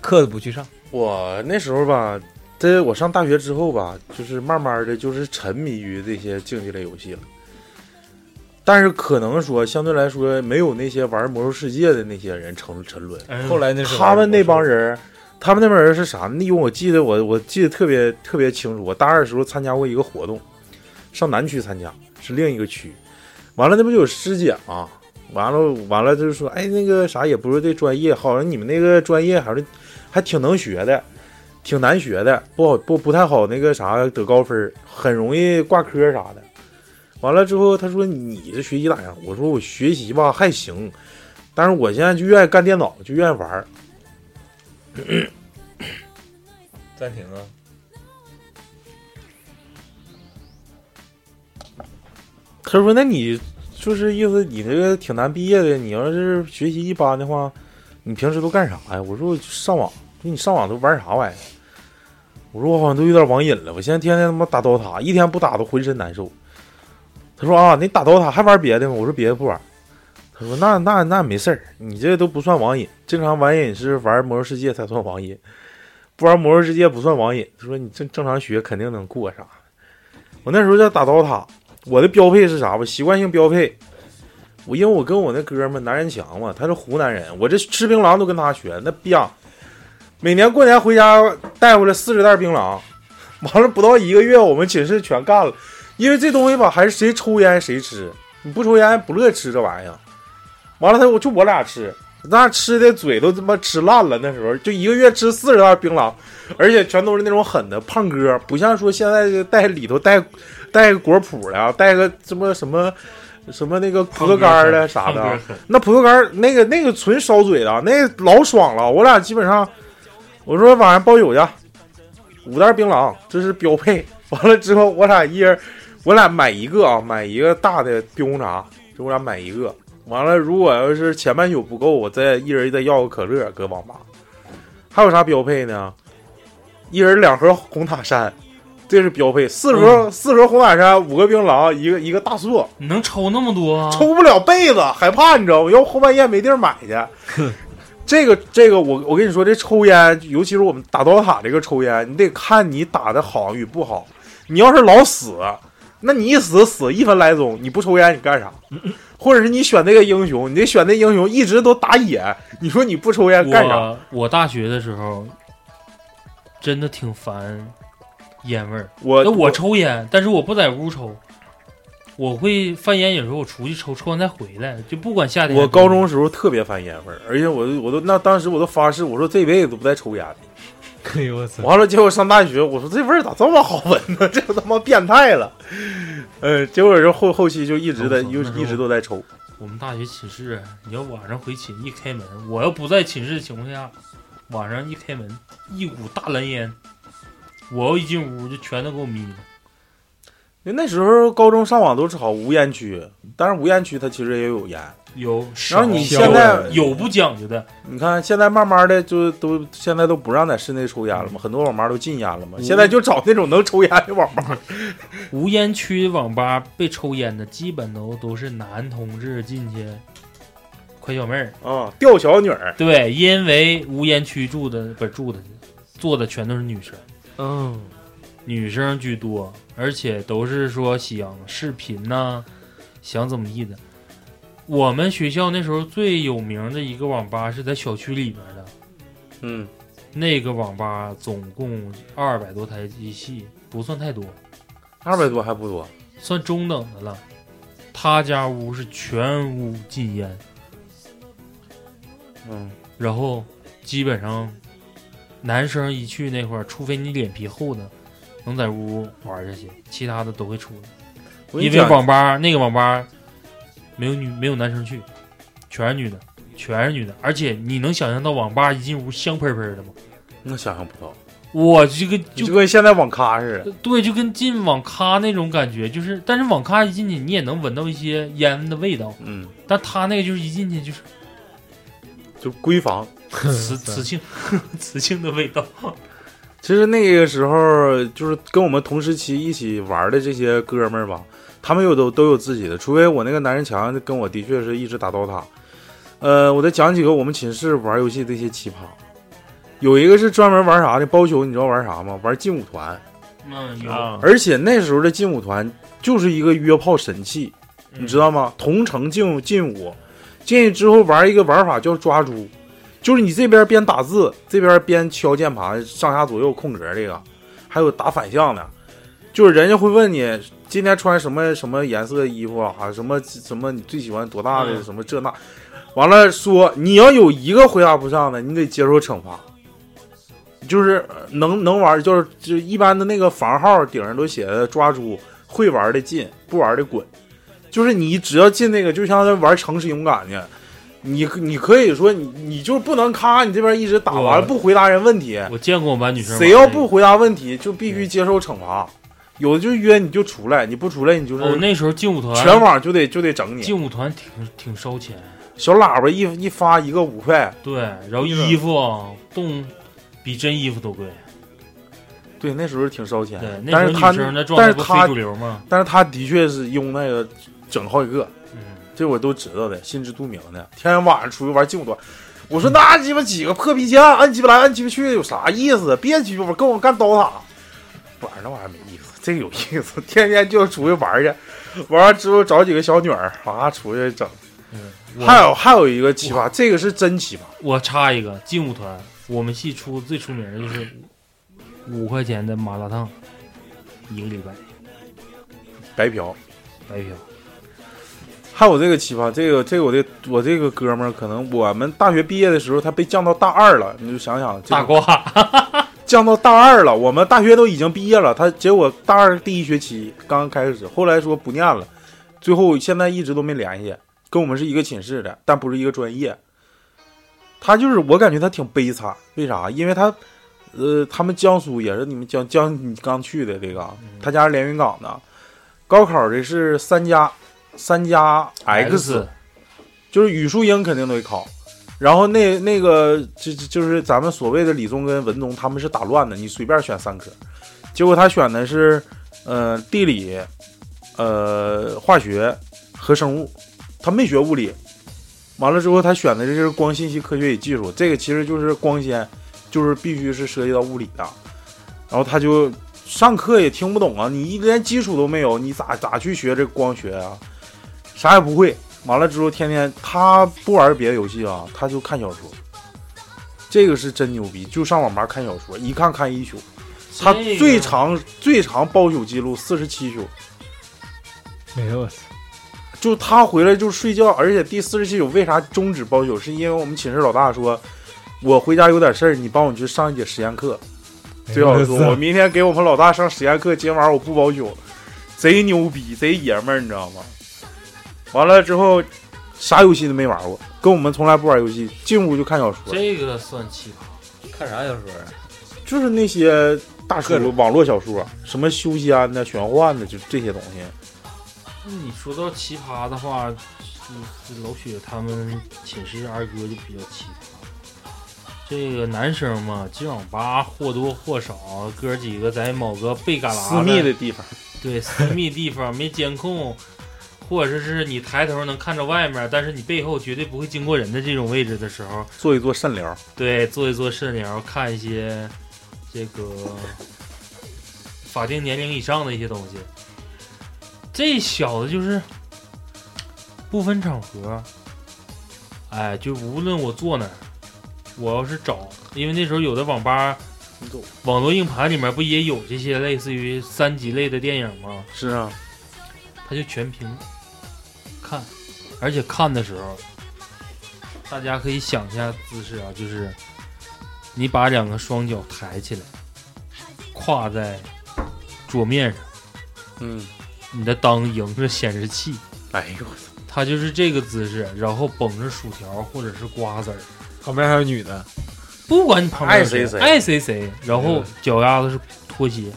Speaker 4: 课不去上，
Speaker 3: 我那时候吧，在我上大学之后吧，就是慢慢的就是沉迷于这些竞技类游戏了。但是可能说相对来说，没有那些玩《魔兽世界》的那些人沉沉沦。
Speaker 1: 嗯
Speaker 4: 后来那时候
Speaker 3: 他们那帮人，他们那帮人是啥呢？因为我记得我我记得特别特别清楚，我大二的时候参加过一个活动，上南区参加，是另一个区。完了，那不就有师姐啊？完了完了，就是说，哎，那个啥也不是这专业，好像你们那个专业还是还挺能学的，挺难学的，不好不不太好那个啥得高分儿，很容易挂科啥的。完了之后，他说你这学习咋样？我说我学习吧还行，但是我现在就愿意干电脑，就愿意玩儿。
Speaker 4: 暂停啊。
Speaker 3: 他说：“那你就是意思你这个挺难毕业的，你要是学习一般的话，你平时都干啥呀？”我说：“我就上网。”就你上网都玩啥玩意儿？我说我好像都有点网瘾了，我现在天天他妈打刀塔，一天不打都浑身难受。他说啊，你打刀塔还玩别的吗？我说别的不玩。他说那那那没事儿，你这都不算网瘾，正常网瘾是玩魔兽世界才算网瘾，不玩魔兽世界不算网瘾。他说你正正常学肯定能过啥。我那时候在打刀塔，我的标配是啥？我习惯性标配，我因为我跟我那哥们儿南人强嘛，他是湖南人，我这吃槟榔都跟他学，那逼样。每年过年回家带回来四十袋槟榔， 完了不到一个月，我们寝室全干了，因为这东西吧，还是谁抽烟谁吃，你不抽烟不乐意吃这玩意儿。完了他我就我俩吃，那吃的嘴都他妈吃烂了，那时候就一个月吃四十袋槟榔，而且全都是那种狠的胖哥，不像说现在这带里头带带个果脯的啊，带个什么什么什么那个葡萄干儿的啥的啊，那葡萄干儿那个那个纯烧嘴的，那个老爽了。我俩基本上，我说晚上包酒去，五袋槟榔，这是标配。完了之后，我俩一人，我俩买一个啊，买一个大的冰红茶，就我俩买一个。完了，如果要是前半宿不够，我再一人再要个可乐，搁网吧。还有啥标配呢？一人两盒红塔山，这是标配。四盒、四盒红塔山，五个槟榔，一个一个大硕。
Speaker 1: 你能抽那么多啊？
Speaker 3: 抽不了被子，害怕你知道吗？要后半夜没地儿买去。 这个这个，我我跟你说，这抽烟，尤其是我们打刀塔这个抽烟，你得看你打的好与不好。你要是老死，那你一死死一分来钟，你不抽烟你干啥？或者是你选那个英雄，你得选那英雄一直都打野，你说你不抽烟干啥？
Speaker 1: 我我大学的时候真的挺烦烟味儿。
Speaker 3: 我
Speaker 1: 那我抽烟，但是我不在屋抽，我会犯烟。有时候我出去抽，抽完再回来，就不管夏天。
Speaker 3: 我高中时候特别烦烟味儿，而且我都我都那当时我都发誓，我说这辈子都不再抽烟了。
Speaker 4: 哎呦我操！
Speaker 3: 完了，结果上大学，我说这味儿咋这么好闻呢？ 这他妈变态了。呃，结果是后后期就一直在，
Speaker 1: 我操
Speaker 3: 又
Speaker 1: 那时候
Speaker 3: 一直都在抽。
Speaker 1: 我们大学寝室，你要晚上回寝一开门，我要不在寝室的情况下，晚上一开门，一股大蓝烟，我要一进屋就全都给我眯了。
Speaker 3: 因为那时候高中上网都炒无烟区，但是无烟区它其实也有烟。
Speaker 1: 有，
Speaker 3: 然后你
Speaker 1: 少
Speaker 3: 现在
Speaker 1: 有不讲究的，
Speaker 3: 你看现在慢慢的就都现在都不让在室内抽烟
Speaker 1: 嗯
Speaker 3: 了嘛，很多网吧都禁烟了嘛。现在就找那种能抽烟的网吧。
Speaker 1: 无烟区网吧被抽烟的，基本都都是男同志进去，快小妹儿。
Speaker 3: 啊，吊小女儿，
Speaker 1: 对，因为无烟区住的不是住的坐的全都是女生，
Speaker 4: 嗯，
Speaker 1: 女生居多，而且都是说想视频呐、想怎么地的。我们学校那时候最有名的一个网吧是在小区里边的，
Speaker 3: 嗯，
Speaker 1: 那个网吧总共二百多台机器，不算太多，
Speaker 3: 二百多还不多。
Speaker 1: 算中等的了。他家屋是全屋禁烟，
Speaker 3: 嗯，
Speaker 1: 然后基本上男生一去那块儿，除非你脸皮厚的，能在屋玩下去，其他的都会出来。
Speaker 3: 我跟
Speaker 1: 因
Speaker 3: 你
Speaker 1: 为
Speaker 3: 讲，
Speaker 1: 网吧那个网吧没有女没有男生去，全是女的，全是女的。而且你能想象到网吧一进屋香喷喷的吗？
Speaker 3: 那想象不到，
Speaker 1: 我这个就
Speaker 3: 就跟现在网咖似的。
Speaker 1: 对，就跟进网咖那种感觉，就是但是网咖一进去你也能闻到一些烟的味道，
Speaker 3: 嗯，
Speaker 1: 但他那个就是一进去 就是
Speaker 3: 就闺房。
Speaker 1: 磁磁性 磁性的味道。
Speaker 3: 其实那个时候就是跟我们同时期一起玩的这些哥们儿吧，他们有都都有自己的，除非我那个男人强跟我的确是一直打 DOTA。呃，我再讲几个我们寝室玩游戏的一些奇葩。有一个是专门玩啥的，包宿，你知道玩啥吗？玩劲舞团，
Speaker 1: 嗯，有，
Speaker 4: 啊
Speaker 3: 而且那时候的劲舞团就是一个约炮神器，你知道吗？同城劲舞劲舞，进去之后玩一个玩法叫抓猪，就是你这边边打字，这边边敲键盘，上下左右空格这个，还有打反向的，就是人家会问你今天穿什么什么颜色的衣服啊，什么什么你最喜欢多大的
Speaker 1: 嗯
Speaker 3: 什么这那，完了说你要有一个回答不上的，你得接受惩罚。就是呃能能玩，就是就一般的那个房号顶上都写的抓猪，会玩的进，不玩的滚。就是你只要进那个，就像在玩诚实勇敢呢，你你可以说你你就是不能咔，你这边一直打完了
Speaker 1: 我
Speaker 3: 不回答人问题，
Speaker 1: 我见过我们班女生玩
Speaker 3: 谁要
Speaker 1: 那个
Speaker 3: 不回答问题就必须接受惩罚。有的就约你就出来，你不出来你就
Speaker 1: 哦，
Speaker 3: 是
Speaker 1: 那时候劲舞团
Speaker 3: 全网就得就得整你。
Speaker 1: 劲舞团挺挺烧钱，
Speaker 3: 小喇叭一一发一个五块，
Speaker 1: 对，然后
Speaker 3: 衣服
Speaker 1: 衣服啊动比真衣服都贵。
Speaker 3: 对，那时候挺烧钱
Speaker 1: 对，，那
Speaker 3: 但是
Speaker 1: 时
Speaker 3: 他
Speaker 1: 候女生的状
Speaker 3: 但
Speaker 1: 态
Speaker 3: 是
Speaker 1: 不
Speaker 3: 他
Speaker 1: 非主流吗？
Speaker 3: 但是他的确是用那个整好几个，
Speaker 1: 嗯，
Speaker 3: 这我都知道的，心知肚明的。天天晚上出去玩净多，我说那鸡巴几个破皮箱，按鸡巴来按鸡巴去有啥意思？啊别鸡巴玩跟我干刀塔，玩那玩意儿没意思，这个有意思， 天天就出去玩去，玩完之后找几个小女儿，啊出去整。
Speaker 1: 嗯
Speaker 3: 还有还有一个奇葩，这个是真奇葩，
Speaker 1: 我插一个，劲舞团，我们系出最出名的就是五块钱的麻辣烫，一个礼拜
Speaker 3: 白嫖。
Speaker 1: 白嫖。
Speaker 3: 还有这个奇葩，这个这个我这我这个哥们儿，可能我们大学毕业的时候，他被降到大二了，你就想想，这
Speaker 1: 大
Speaker 3: 个
Speaker 1: 褂，
Speaker 3: 降到大二了，我们大学都已经毕业了，他结果大二第一学期刚刚开始，后来说不念了，最后现在一直都没联系，跟我们是一个寝室的，但不是一个专业。他就是我感觉他挺悲惨，为啥？因为他，呃，他们江苏也是你们江江你刚去的这个啊，他家是连云港的，高考的是三加三加 X 就是语数英肯定得考。然后那那个就就就是咱们所谓的理综跟文综，他们是打乱的，你随便选三科。结果他选的是呃地理、呃化学和生物，他没学物理。完了之后，他选的就是光信息科学与技术，这个其实就是光纤，就是必须是涉及到物理的。然后他就上课也听不懂啊，你一连基础都没有，你咋咋去学这光学啊？啥也不会。完了之后，天天他不玩别的游戏啊，他就看小说。这个是真牛逼，就上网吧看小说，一看看一宿。他
Speaker 1: 这个
Speaker 3: 最长最长包宿记录四十七宿，
Speaker 4: 没有，
Speaker 3: 就他回来就睡觉，而且第四十七宿为啥终止包宿？是因为我们寝室老大说，我回家有点事儿，你帮我去上一节实验课。最好说，哎我明天给我们老大上实验课，今晚上我不包宿，贼牛逼，贼爷们儿，你知道吗？完了之后，啥游戏都没玩过，跟我们从来不玩游戏，进屋就看小说，
Speaker 1: 这个算奇葩。
Speaker 4: 看啥小说啊？
Speaker 3: 就是那些大
Speaker 4: 各
Speaker 3: 叔
Speaker 4: 种
Speaker 3: 网络小说，什么修仙的、玄幻的，就这些东西。
Speaker 1: 那你说到奇葩的话，就是老雪他们寝室二哥就比较奇葩。这个男生嘛，进网吧或多或少，哥几个在某个被旮旯
Speaker 3: 私密的地方，
Speaker 1: 对私密地方没监控，或者是你抬头能看着外面，但是你背后绝对不会经过人的这种位置的时候，
Speaker 3: 做一做肾疗，
Speaker 1: 对，做一做肾疗，看一些这个法定年龄以上的一些东西。这小子就是不分场合，哎，就无论我坐哪儿，我要是找，因为那时候有的网吧
Speaker 3: 你走
Speaker 1: 网络硬盘里面不也有这些类似于三级类的电影吗？
Speaker 3: 是啊，
Speaker 1: 他就全屏看，而且看的时候，大家可以想一下姿势啊，就是你把两个双脚抬起来，跨在桌面上，
Speaker 3: 嗯，
Speaker 1: 你的裆迎着显示器，
Speaker 3: 哎呦，
Speaker 1: 它就是这个姿势，然后捧着薯条或者是瓜子儿，
Speaker 4: 旁边还有女的，
Speaker 1: 不管你旁边有
Speaker 3: 爱谁谁
Speaker 1: 爱谁谁，然后脚丫子是拖鞋，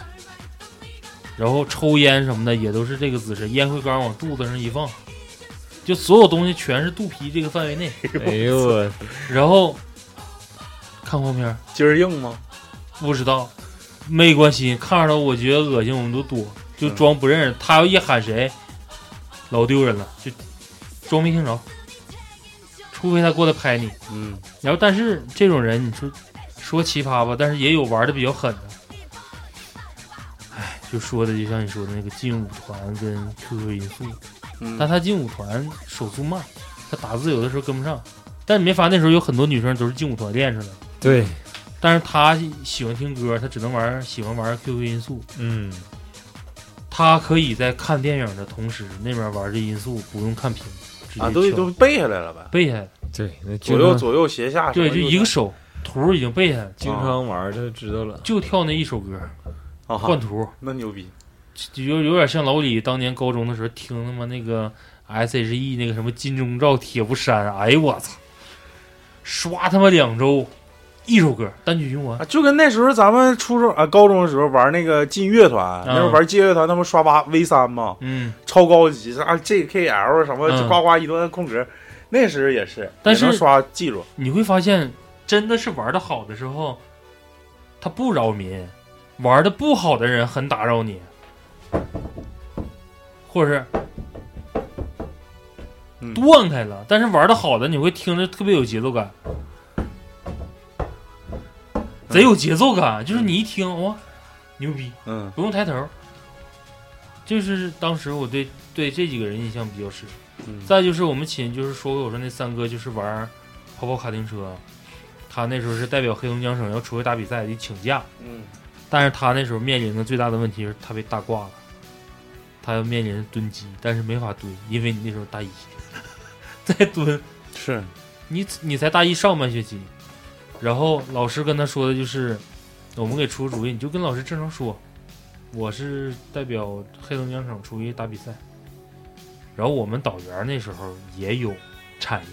Speaker 1: 然后抽烟什么的也都是这个姿势，烟灰缸往肚子上一放，就所有东西全是肚皮这个范围内，
Speaker 4: 哎 呦我，
Speaker 1: 然后看黄片儿
Speaker 3: 今儿硬吗？
Speaker 1: 不知道，没关系，看着他我觉得恶心我们都躲，就装不
Speaker 3: 嗯
Speaker 1: 认识，他要一喊谁，老丢人了，就装没听着，除非他过来拍你。
Speaker 3: 嗯，
Speaker 1: 然后，但是这种人，你说说奇葩吧，但是也有玩的比较狠的。哎，就说的就像你说的那个劲舞团跟 QQ 音速，
Speaker 3: 嗯
Speaker 1: 但他劲舞团手速慢，他打字有的时候跟不上。但你没发现那时候有很多女生都是劲舞团练出来的，
Speaker 4: 对，
Speaker 1: 但是她喜欢听歌，她只能玩喜欢玩 QQ 音速。
Speaker 4: 嗯，
Speaker 1: 她可以在看电影的同时，那边玩这音速不用看屏，直接
Speaker 3: 啊，都
Speaker 1: 跳
Speaker 3: 都背下来了呗，
Speaker 1: 背下来，
Speaker 4: 对，那
Speaker 3: 左
Speaker 4: 经
Speaker 3: 右
Speaker 4: 常
Speaker 3: 左右斜下，
Speaker 1: 对，
Speaker 3: 什
Speaker 1: 就
Speaker 3: 么
Speaker 1: 一个手图已经背下来了，
Speaker 4: 经常玩儿就知道了。
Speaker 1: 就跳那一首歌
Speaker 3: 啊，
Speaker 1: 换图。
Speaker 3: 那牛逼，
Speaker 1: 就有有点像老李当年高中的时候听他妈那个 S H E 那个什么金钟罩铁布衫，哎呦我操，刷他妈两周，一首歌单曲循环
Speaker 3: 啊，，就跟那时候咱们初中啊、高中的时候玩那个劲乐团，那时候玩劲乐团，他们刷八 V 三嘛，
Speaker 1: 嗯，
Speaker 3: 超高级啊啥 JKL 什么，
Speaker 1: 嗯
Speaker 3: 呱呱一顿空格，那时候也是，
Speaker 1: 但是
Speaker 3: 也能刷记住，
Speaker 1: 你会发现真的是玩的好的时候，他不扰民，玩的不好的人很打扰你，或者是
Speaker 3: 嗯
Speaker 1: 断开了。但是玩的好的，你会听着特别有节奏感，贼有节奏感。就是你一听哇，牛逼，
Speaker 3: 嗯
Speaker 1: 不用抬头。这是当时我对对这几个人印象比较深。
Speaker 3: 嗯
Speaker 1: 再就是我们寝就是说过，我说那三哥就是玩跑跑卡丁车，他那时候是代表黑龙江省要出去打比赛，得请假。
Speaker 3: 嗯
Speaker 1: 但是他那时候面临的最大的问题是他被大挂了，他要面临蹲机，但是没法蹲，因为你那时候大一， 再蹲
Speaker 3: 是
Speaker 1: 你你才大一上半学期，然后老师跟他说的就是，我们给出主意，你就跟老师正常说，我是代表黑龙江省出去打比赛。然后我们导员那时候也有产业，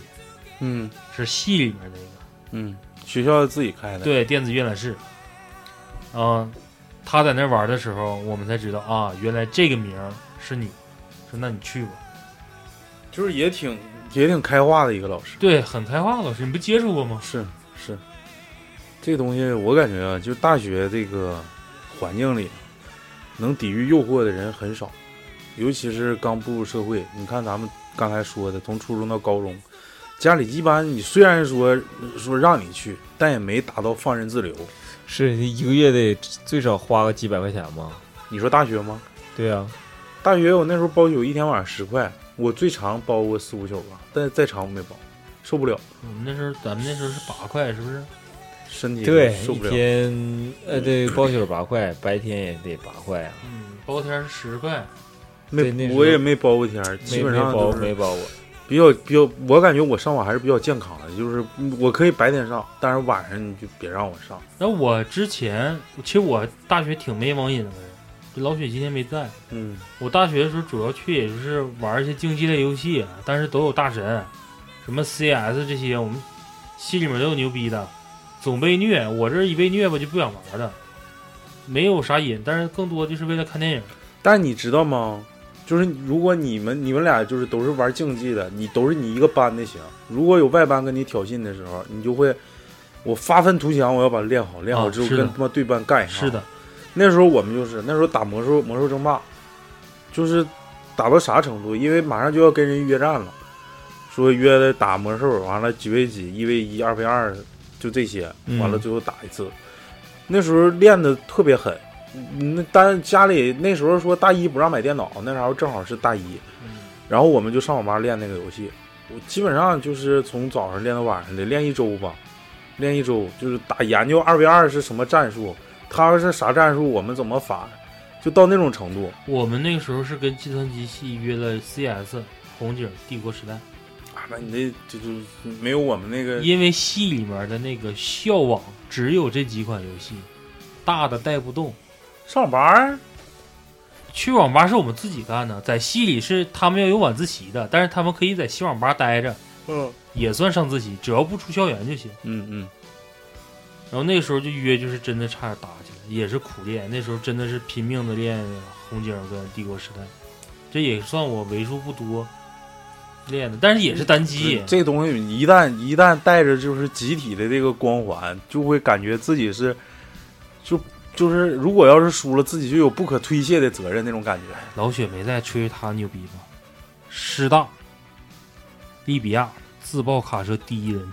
Speaker 3: 嗯
Speaker 1: 是系里面那个，
Speaker 3: 嗯，学校自己开的，
Speaker 1: 对电子阅览室，啊、他在那玩的时候，我们才知道啊，原来这个名儿是你，说那你去吧，
Speaker 3: 就是也挺也挺开化的一个老师。
Speaker 1: 对，很开化老师，你不接触过吗？
Speaker 3: 是是，这东西我感觉啊，就大学这个环境里，能抵御诱惑的人很少，尤其是刚步入社会。你看咱们刚才说的，从初中到高中，家里一般你虽然说说让你去，但也没达到放任自流。
Speaker 4: 是一个月得最少花个几百块钱吧？
Speaker 3: 你说大学吗？
Speaker 4: 对啊，
Speaker 3: 大学我那时候包宿一天晚上十块，我最长包过四五宿吧，但是再长我没包，受不了，
Speaker 1: 我们那时候，咱们那时候是八块，是不是？
Speaker 3: 身体
Speaker 4: 对，
Speaker 3: 受
Speaker 4: 一
Speaker 3: 不了。
Speaker 4: 天呃，对，包宿八块，白天也得八块啊。
Speaker 1: 嗯，包天十块，
Speaker 4: 对那
Speaker 3: 没，
Speaker 4: 时
Speaker 3: 我也
Speaker 4: 候
Speaker 3: 没包过天儿，
Speaker 4: 没
Speaker 3: 基本
Speaker 4: 没
Speaker 3: 上都
Speaker 4: 包
Speaker 3: 是
Speaker 4: 没包过，
Speaker 3: 比较比较，我感觉我上网还是比较健康的，就是我可以白天上，但是晚上你就别让我上。
Speaker 1: 那我之前，其实我大学挺没网瘾的，就老雪今天没在。
Speaker 3: 嗯
Speaker 1: 我大学的时候主要去也就是玩一些竞技类游戏，啊但是都有大神，什么 CS 这些，我们系里面都有牛逼的，总被虐。我这一被虐吧就不想玩了，没有啥瘾，但是更多就是为了看电影。
Speaker 3: 但你知道吗？就是如果你们你们俩就是都是玩竞技的，你都是你一个班的行。如果有外班跟你挑衅的时候，你就会我发愤图强，我要把它练好，练好
Speaker 1: 啊
Speaker 3: 之后
Speaker 1: 是的
Speaker 3: 跟他妈对班干一下。
Speaker 1: 是的，
Speaker 3: 那时候我们就是那时候打魔兽魔兽争霸，就是打到啥程度？因为马上就要跟人约战了，说约的打魔兽，完了几 v 几，一 v 一，二 v 二，就这些，
Speaker 4: 嗯
Speaker 3: 完了最后打一次。那时候练的特别狠，嗯那单家里那时候说大一不让买电脑，那时候正好是大一，然后我们就上网吧练那个游戏，我基本上就是从早上练到晚上，得练一周吧，练一周就是打研究二 v 二是什么战术，他是啥战术，我们怎么反，就到那种程度。
Speaker 1: 我们那个时候是跟计算机系约了 CS、红警、帝国时代，
Speaker 3: 啊，那你那这就没有我们那个
Speaker 1: 因为系里面的那个校网只有这几款游戏，大的带不动。
Speaker 3: 上班儿
Speaker 1: 去网吧是我们自己干的，在系里是他们要有晚自习的，但是他们可以在系网吧待着，
Speaker 3: 嗯
Speaker 1: 也算上自习，只要不出校园就行。
Speaker 3: 嗯嗯，
Speaker 1: 然后那个时候就约，就是真的差点打起来，也是苦练。那时候真的是拼命的练红警跟帝国时代，这也算我为数不多练的，但是也是单机。
Speaker 3: 这东西一旦一旦带着就是集体的这个光环，就会感觉自己是就就是如果要是输了，自己就有不可推卸的责任那种感觉。
Speaker 1: 老雪没在吹他牛逼吗？师大、利比亚自爆卡车第一人，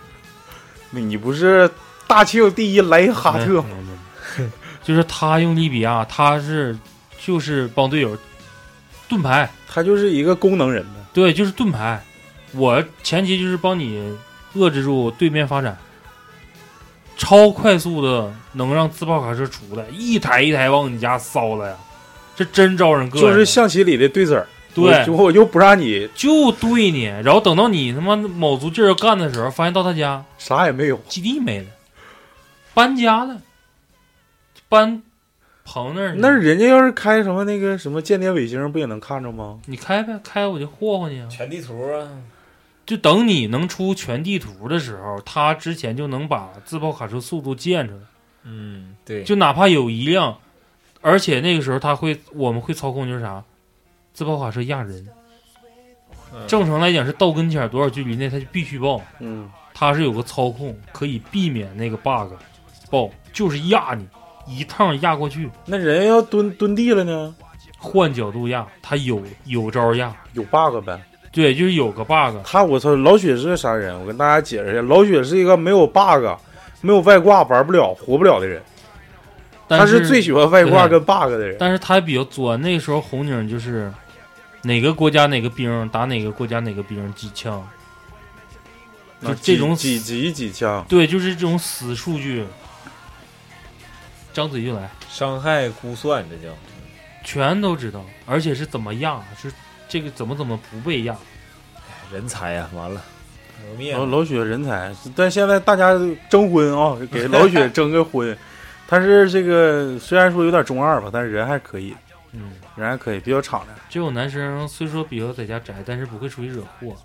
Speaker 3: 你不是大庆第一莱因哈特吗？
Speaker 1: 没有，没有就是他用利比亚，他是就是帮队友盾牌，
Speaker 3: 他就是一个功能人呗。
Speaker 1: 对，就是盾牌。我前期就是帮你遏制住对面发展，超快速的能让自爆卡车出来，一台一台往你家骚了呀，这真招人膈应。啊
Speaker 3: 就是象棋里的对子儿，
Speaker 1: 对
Speaker 3: 我就我就不让你
Speaker 1: 就对你，然后等到你他妈卯足劲儿要干的时候，发现到他家
Speaker 3: 啥也没有，
Speaker 1: 基地没了，搬家了，搬鹏那儿去
Speaker 3: 那人家要是开什么那个什么间谍卫星，不也能看着吗？
Speaker 1: 你开呗，开我就霍霍你啊！
Speaker 7: 全地图啊，
Speaker 1: 就等你能出全地图的时候，他之前就能把自爆卡车速度建出来，
Speaker 4: 嗯，对，
Speaker 1: 就哪怕有一辆，而且那个时候他会，我们会操控就是啥，自爆卡车压人。正常来讲是到跟前儿多少距离内他就必须爆，
Speaker 3: 嗯，
Speaker 1: 他是有个操控可以避免那个 bug 爆，就是压你，一趟压过去，
Speaker 3: 那人要蹲蹲地了呢，
Speaker 1: 换角度压，他有有招压，
Speaker 3: 有 bug 呗。
Speaker 1: 对，就是有个 bug，
Speaker 3: 他我操，老雪是个啥人？我跟大家解释一下，老雪是一个没有 bug、没有外挂玩不了、活不了的人。
Speaker 1: 但
Speaker 3: 他是最喜欢外挂
Speaker 1: 对
Speaker 3: 跟 bug 的人。
Speaker 1: 但是他也比较钻。那个时候红警就是哪个国家哪个兵打哪个国家哪个兵几枪，就
Speaker 3: 啊
Speaker 1: 这种
Speaker 3: 几几级几枪，
Speaker 1: 对，就是这种死数据，张嘴就来，
Speaker 4: 伤害估算这叫
Speaker 1: 全都知道，而且是怎么压，是这个怎么怎么不被压。
Speaker 4: 人才呀、完了，我灭
Speaker 3: 老老雪人才，但现在大家征婚啊、给老 雪征个婚。他是这个虽然说有点中二吧，但是人还可以，
Speaker 1: 嗯，
Speaker 3: 人还可以，比较敞亮。
Speaker 1: 这种男生虽说比较在家宅，但是不会出去惹祸。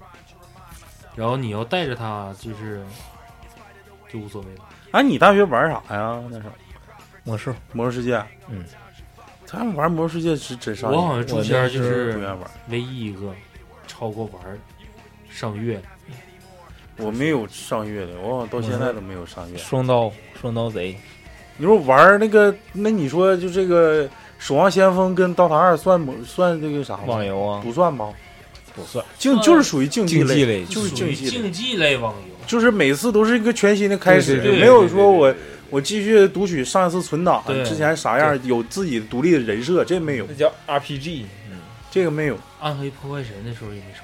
Speaker 1: 然后你要带着他，就是就无所谓了。
Speaker 3: 哎，你大学玩啥呀？那时候
Speaker 4: 魔兽，
Speaker 3: 魔兽世界，啊
Speaker 4: 嗯，
Speaker 3: 咱们玩魔兽世界是真上瘾，
Speaker 1: 我好像中间就
Speaker 3: 不
Speaker 1: 是
Speaker 3: 愿玩。
Speaker 1: 唯一一个超过玩儿上月，
Speaker 3: 我没有上月的，我好像到现在都没有上月。
Speaker 4: 双刀双刀贼，
Speaker 3: 你说玩那个，那你说就这个《守望先锋》跟《刀塔二》算魔算这个啥吗？
Speaker 4: 网游啊
Speaker 3: 不算吧？
Speaker 4: 不算
Speaker 3: 竞就是属于竞技
Speaker 4: 竞技
Speaker 3: 类，
Speaker 4: 类，
Speaker 3: 就是
Speaker 1: 呃属于
Speaker 3: 竞技类
Speaker 1: 竞技类网游。
Speaker 3: 就是每次都是一个全新的开始，
Speaker 4: 对对对
Speaker 3: 没有说我我继续读取上一次存档
Speaker 1: 对
Speaker 3: 之前啥样，有自己独立的人设，这没有
Speaker 4: 那，叫 RPG，嗯，
Speaker 3: 这个没有。
Speaker 1: 暗黑破坏神那时候也没少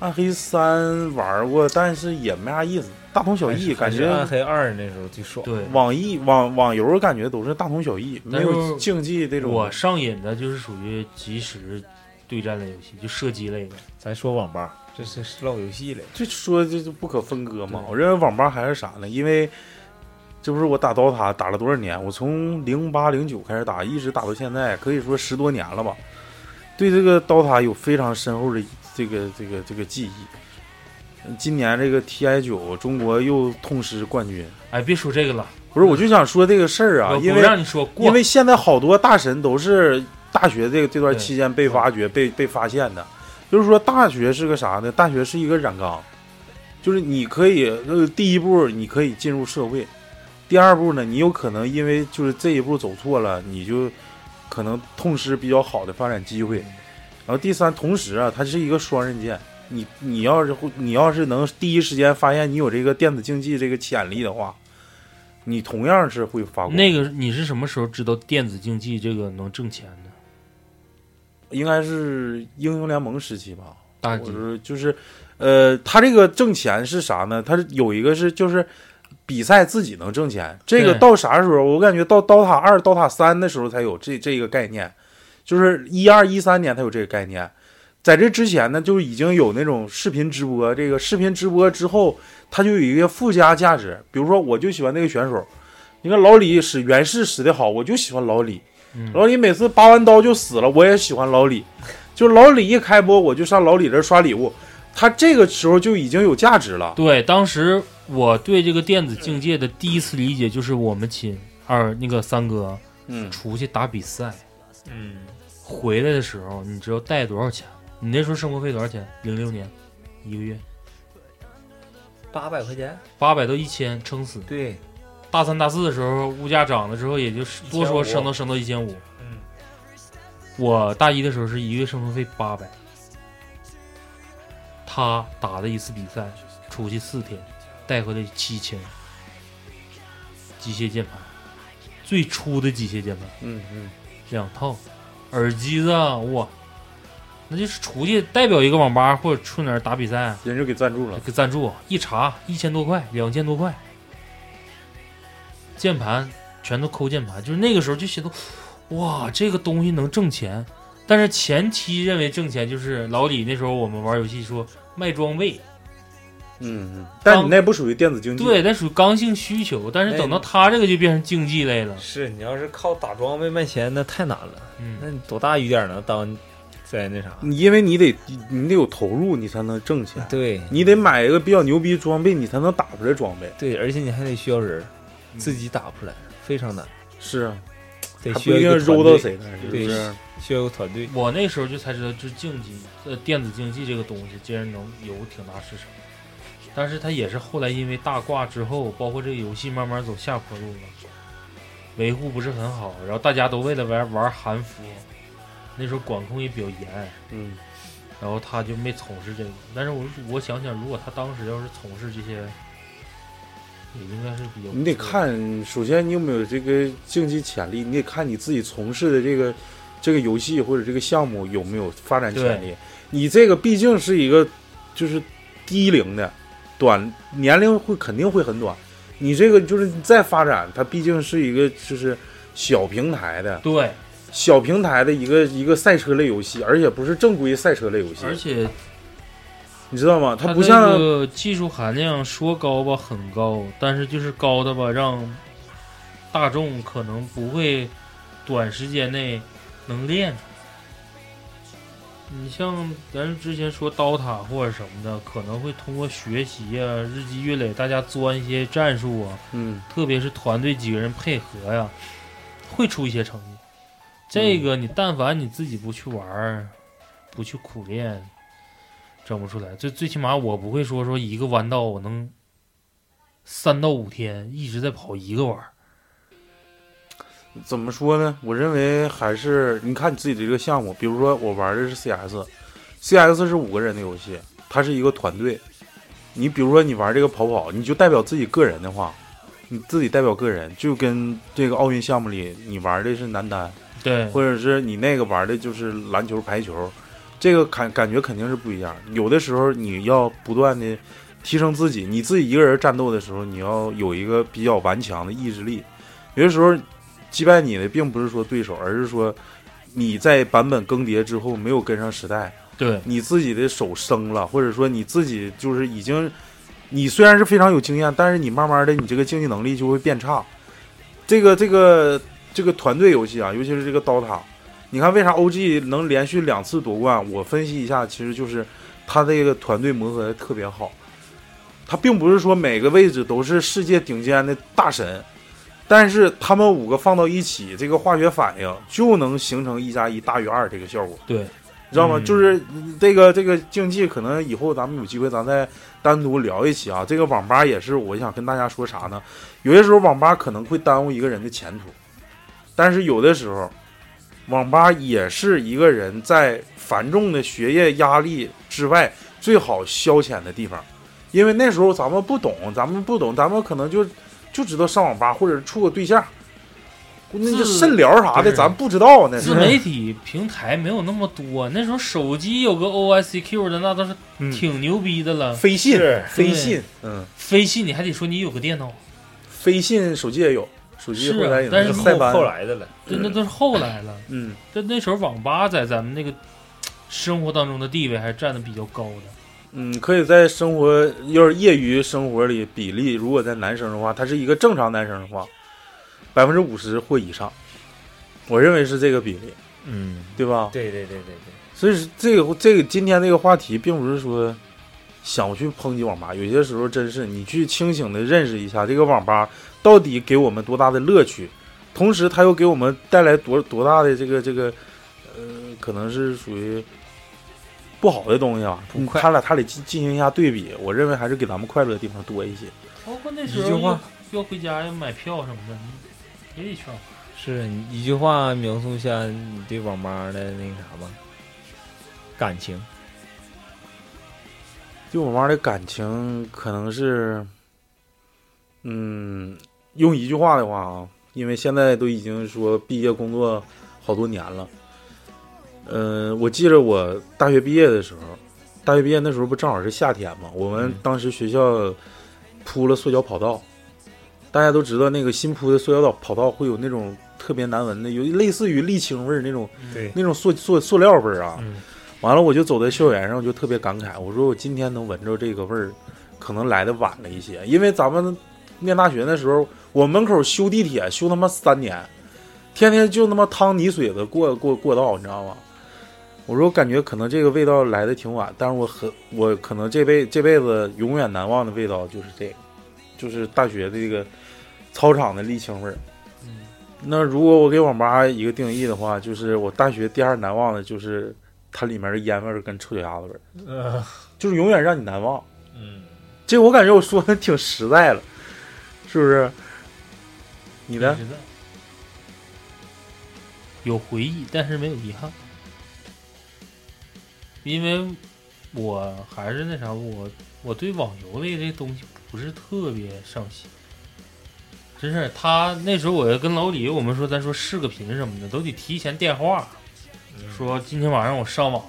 Speaker 1: 玩，
Speaker 3: 暗黑三玩过，但是也没啥意思，大同小异，感
Speaker 4: 哎还是啊
Speaker 3: 觉
Speaker 4: 暗黑二那时候最爽，
Speaker 1: 对，
Speaker 3: 网易网网游感觉都是大同小异，没
Speaker 1: 但是
Speaker 3: 有竞技这种。
Speaker 1: 我上瘾的就是属于即时对战类游戏，就射击类的。
Speaker 4: 咱说网吧，这是唠游戏嘞，
Speaker 3: 这说这就不可分割嘛。
Speaker 1: 对
Speaker 3: 我认为网吧还是啥呢？因为这不是我打刀塔打了多少年？我从零八零九开始打，一直打到现在，可以说十多年了吧。对这个刀塔有非常深厚的这个这个这个记忆。嗯今年这个 TI 九中国又痛失冠军，
Speaker 1: 哎，别说这个了，
Speaker 3: 不是，我就想说这个事儿啊，
Speaker 1: 我
Speaker 3: 因
Speaker 1: 不
Speaker 3: 为
Speaker 1: 让你说过，
Speaker 3: 因为现在好多大神都是大学这个这段
Speaker 1: 对
Speaker 3: 期间被挖掘、被被发现的。就是说，大学是个啥呢？大学是一个染缸，就是你可以，呃，第一步你可以进入社会，第二步呢，你有可能因为就是这一步走错了，你就可能痛失比较好的发展机会。
Speaker 1: 嗯
Speaker 3: 然后第三，同时啊，它是一个双刃剑。你你要是会你要是能第一时间发现你有这个电子竞技这个潜力的话，你同样是会发光。
Speaker 1: 那个你是什么时候知道电子竞技这个能挣钱的？
Speaker 3: 应该是英雄联盟时期吧，
Speaker 1: 大
Speaker 3: 我
Speaker 1: 几？
Speaker 3: 是就是，呃，他这个挣钱是啥呢？他是有一个是就是比赛自己能挣钱，这个
Speaker 1: 对
Speaker 3: 到啥时候？我感觉到刀塔二、刀塔三的时候才有这这个概念，就是一二一三年才有这个概念。在这之前呢，就已经有那种视频直播。这个视频直播之后，它就有一个附加价值。比如说，我就喜欢那个选手，你看老李使原氏使的好，我就喜欢老李。
Speaker 1: 嗯
Speaker 3: 老李每次拔完刀就死了，我也喜欢老李。就老李一开播，我就上老李这儿刷礼物，他这个时候就已经有价值了。
Speaker 1: 对，当时我对这个电子竞技的第一次理解就是我们亲二那个三哥
Speaker 3: 嗯，
Speaker 1: 出去打比赛，
Speaker 4: 嗯，
Speaker 1: 回来的时候你知道带多少钱？你那时候生活费多少钱？零六年，一个月
Speaker 4: 八百块钱，
Speaker 1: 八百到一千，撑死。
Speaker 4: 对，
Speaker 1: 大三大四的时候，物价涨了之后，也就是多说升到升到一千五。
Speaker 4: 嗯，
Speaker 1: 我大一的时候是一个月生活费八百，他打的一次比赛出去四天，带回来七千，机械键盘，最初的机械键盘，
Speaker 3: 嗯嗯，
Speaker 1: 两套，耳机子啊哇，那就是出去代表一个网吧或者去哪儿打比赛，啊
Speaker 3: 人就给赞助了。
Speaker 1: 给赞助一查一千多块，两千多块，键盘全都抠键盘，就是那个时候就寻思，哇，这个东西能挣钱。但是前期认为挣钱就是老李那时候我们玩游戏说卖装备，
Speaker 3: 嗯嗯，但你那不属于电子竞技。
Speaker 1: 对，那属于刚性需求。但是等到他这个就变成竞技类了，
Speaker 4: 是你要是靠打装备卖钱，那太难了，那
Speaker 1: 嗯，
Speaker 4: 你多大一点能当在那啥？
Speaker 3: 你因为你得你得有投入，你才能挣钱。
Speaker 4: 对
Speaker 3: 你得买一个比较牛逼装备，你才能打出来装备。
Speaker 4: 对，而且你还得需要人儿，
Speaker 1: 嗯
Speaker 4: 自己打不出来，非常难，
Speaker 3: 是啊，
Speaker 4: 得
Speaker 3: 还不
Speaker 4: 需要
Speaker 3: 一
Speaker 4: 一
Speaker 3: 定
Speaker 4: 个
Speaker 3: 揉
Speaker 4: 团
Speaker 3: 到
Speaker 4: 队，
Speaker 3: 谁那儿，是不
Speaker 4: 对
Speaker 3: 是？
Speaker 4: 需要一个团队。
Speaker 1: 我那时候就才知道，就是竞技呃电子竞技这个东西竟然能有挺大市场。但是它也是后来因为大挂之后，包括这个游戏慢慢走下坡路了。维护不是很好，然后大家都为了玩玩韩服，那时候管控也比较严，
Speaker 3: 嗯，
Speaker 1: 然后他就没从事这个。但是我我想想，如果他当时要是从事这些，也应该是比较
Speaker 3: 你得
Speaker 1: 不错的
Speaker 3: 看，首先你有没有这个竞技潜力，你得看你自己从事的这个这个游戏或者这个项目有没有发展潜力。你这个毕竟是一个就是低龄的，短年龄会肯定会很短。你这个就是你再发展，它毕竟是一个就是小平台的
Speaker 1: 对，
Speaker 3: 小平台的一个一个赛车类游戏，而且不是正规赛车类游戏，
Speaker 1: 而且
Speaker 3: 你知道吗？它
Speaker 1: 它
Speaker 3: 不
Speaker 1: 这
Speaker 3: 像
Speaker 1: 个技术含量说高吧很高，但是就是高的吧，让大众可能不会短时间内能练出来。你像咱之前说刀塔或者什么的，可能会通过学习呀、日积月累，大家钻一些战术啊，
Speaker 3: 嗯
Speaker 1: 特别是团队几个人配合呀，会出一些成绩。这个你但凡你自己不去玩儿，不去苦练，整不出来。最最起码我不会说说一个弯道我能三到五天一直在跑一个弯儿。
Speaker 3: 怎么说呢？我认为还是你看你自己的这个项目，比如说我玩的是 CS，CS 是五个人的游戏，它是一个团队。你比如说你玩这个跑跑，你就代表自己个人的话，你自己代表个人，就跟这个奥运项目里你玩的是男单，
Speaker 1: 对，
Speaker 3: 或者是你那个玩的就是篮球、排球，这个感感觉肯定是不一样。有的时候你要不断的提升自己，你自己一个人战斗的时候，你要有一个比较顽强的意志力。有的时候击败你的并不是说对手，而是说你在版本更迭之后没有跟上时代，
Speaker 1: 对，
Speaker 3: 你自己的手生了，或者说你自己就是已经，你虽然是非常有经验，但是你慢慢的你这个竞技能力就会变差。这个这个这个团队游戏啊，尤其是这个刀塔，你看为啥 OG 能连续两次夺冠？我分析一下，其实就是他这个团队磨合的特别好。他并不是说每个位置都是世界顶尖的大神，但是他们五个放到一起，这个化学反应就能形成一加一大于二这个效果。
Speaker 1: 对，
Speaker 3: 你知道吗？
Speaker 1: 嗯
Speaker 3: 就是这个这个竞技，可能以后咱们有机会咱再单独聊一期啊。这个网吧也是，我想跟大家说啥呢？有些时候网吧可能会耽误一个人的前途，但是有的时候，网吧也是一个人在繁重的学业压力之外最好消遣的地方。因为那时候咱们不懂，咱们不懂，咱们可能就就知道上网吧或者是处个对象，那就
Speaker 1: 自
Speaker 3: 肾聊啥的，
Speaker 1: 对
Speaker 3: 咱不知道那
Speaker 1: 自
Speaker 3: 是。
Speaker 1: 媒体平台没有那么多，那时候手机有个 OICQ 的，那都是
Speaker 3: 嗯
Speaker 1: 挺牛逼的了。
Speaker 3: 飞信
Speaker 1: 是，
Speaker 3: 飞
Speaker 1: 对
Speaker 3: 信，嗯。
Speaker 1: 飞信你还得说你有个电脑，
Speaker 3: 飞信手机也有，手机
Speaker 1: 是啊
Speaker 3: 后来也
Speaker 1: 但
Speaker 3: 能
Speaker 1: 是
Speaker 3: 塞班。
Speaker 7: 后来的了，
Speaker 1: 这那都是后来了。
Speaker 3: 嗯，
Speaker 1: 这那时候网吧在咱们那个生活当中的地位还占的比较高的。
Speaker 3: 嗯，可以在生活要是业余生活里比例，如果在男生的话，他是一个正常男生的话，百分之五十或以上，我认为是这个比例，
Speaker 4: 嗯，
Speaker 3: 对吧？
Speaker 7: 对对对对对，
Speaker 3: 所以是这个这个今天这个话题，并不是说想去抨击网吧，有些时候真是你去清醒的认识一下这个网吧到底给我们多大的乐趣，同时它又给我们带来多多大的这个这个呃，可能是属于不好的东西啊。
Speaker 4: 不快
Speaker 3: 他俩他俩进进行一下对比，我认为还是给咱们快乐的地方多一些。
Speaker 1: 包括那时
Speaker 4: 一句
Speaker 1: 候
Speaker 4: 话
Speaker 1: 要要回家要买票什么的，你也得去网吧。
Speaker 4: 是你一句话描述一下你对网吧的那个啥吧，感情。
Speaker 3: 对我妈的感情可能是，嗯，用一句话的话啊，因为现在都已经说毕业工作好多年了，嗯、我记着我大学毕业的时候，大学毕业那时候不正好是夏天嘛，我们
Speaker 4: 嗯
Speaker 3: 当时学校铺了塑胶跑道，大家都知道那个新铺的塑胶道跑道会有那种特别难闻的，有类似于沥青味儿那种，
Speaker 7: 对
Speaker 3: 那种塑塑塑料味儿啊，
Speaker 1: 嗯
Speaker 3: 完了，我就走在校园上，我就特别感慨，我说我今天能闻着这个味儿，可能来的晚了一些，因为咱们念大学那时候，我门口修地铁修他妈三年，天天就他妈趟泥水子过过过道，你知道吗？我说我感觉可能这个味道来的挺晚，但是我很我可能这辈这辈子永远难忘的味道就是这个，就是大学的这个操场的沥青味儿。
Speaker 1: 嗯，
Speaker 3: 那如果我给网吧一个定义的话，就是我大学第二难忘的就是它里面的烟味儿跟臭脚丫子味儿，
Speaker 7: 呃，
Speaker 3: 就是永远让你难忘。
Speaker 7: 嗯，
Speaker 3: 这我感觉我说的挺实在了，是不是？你
Speaker 1: 你
Speaker 4: 嗯
Speaker 3: 呢？
Speaker 1: 有回忆，但是没有遗憾，因为我还是那啥，我我对网游类这东西不是特别上心。真是他那时候，我跟老李我们说，咱说视个频什么的，都得提前电话，说今天晚上我上网，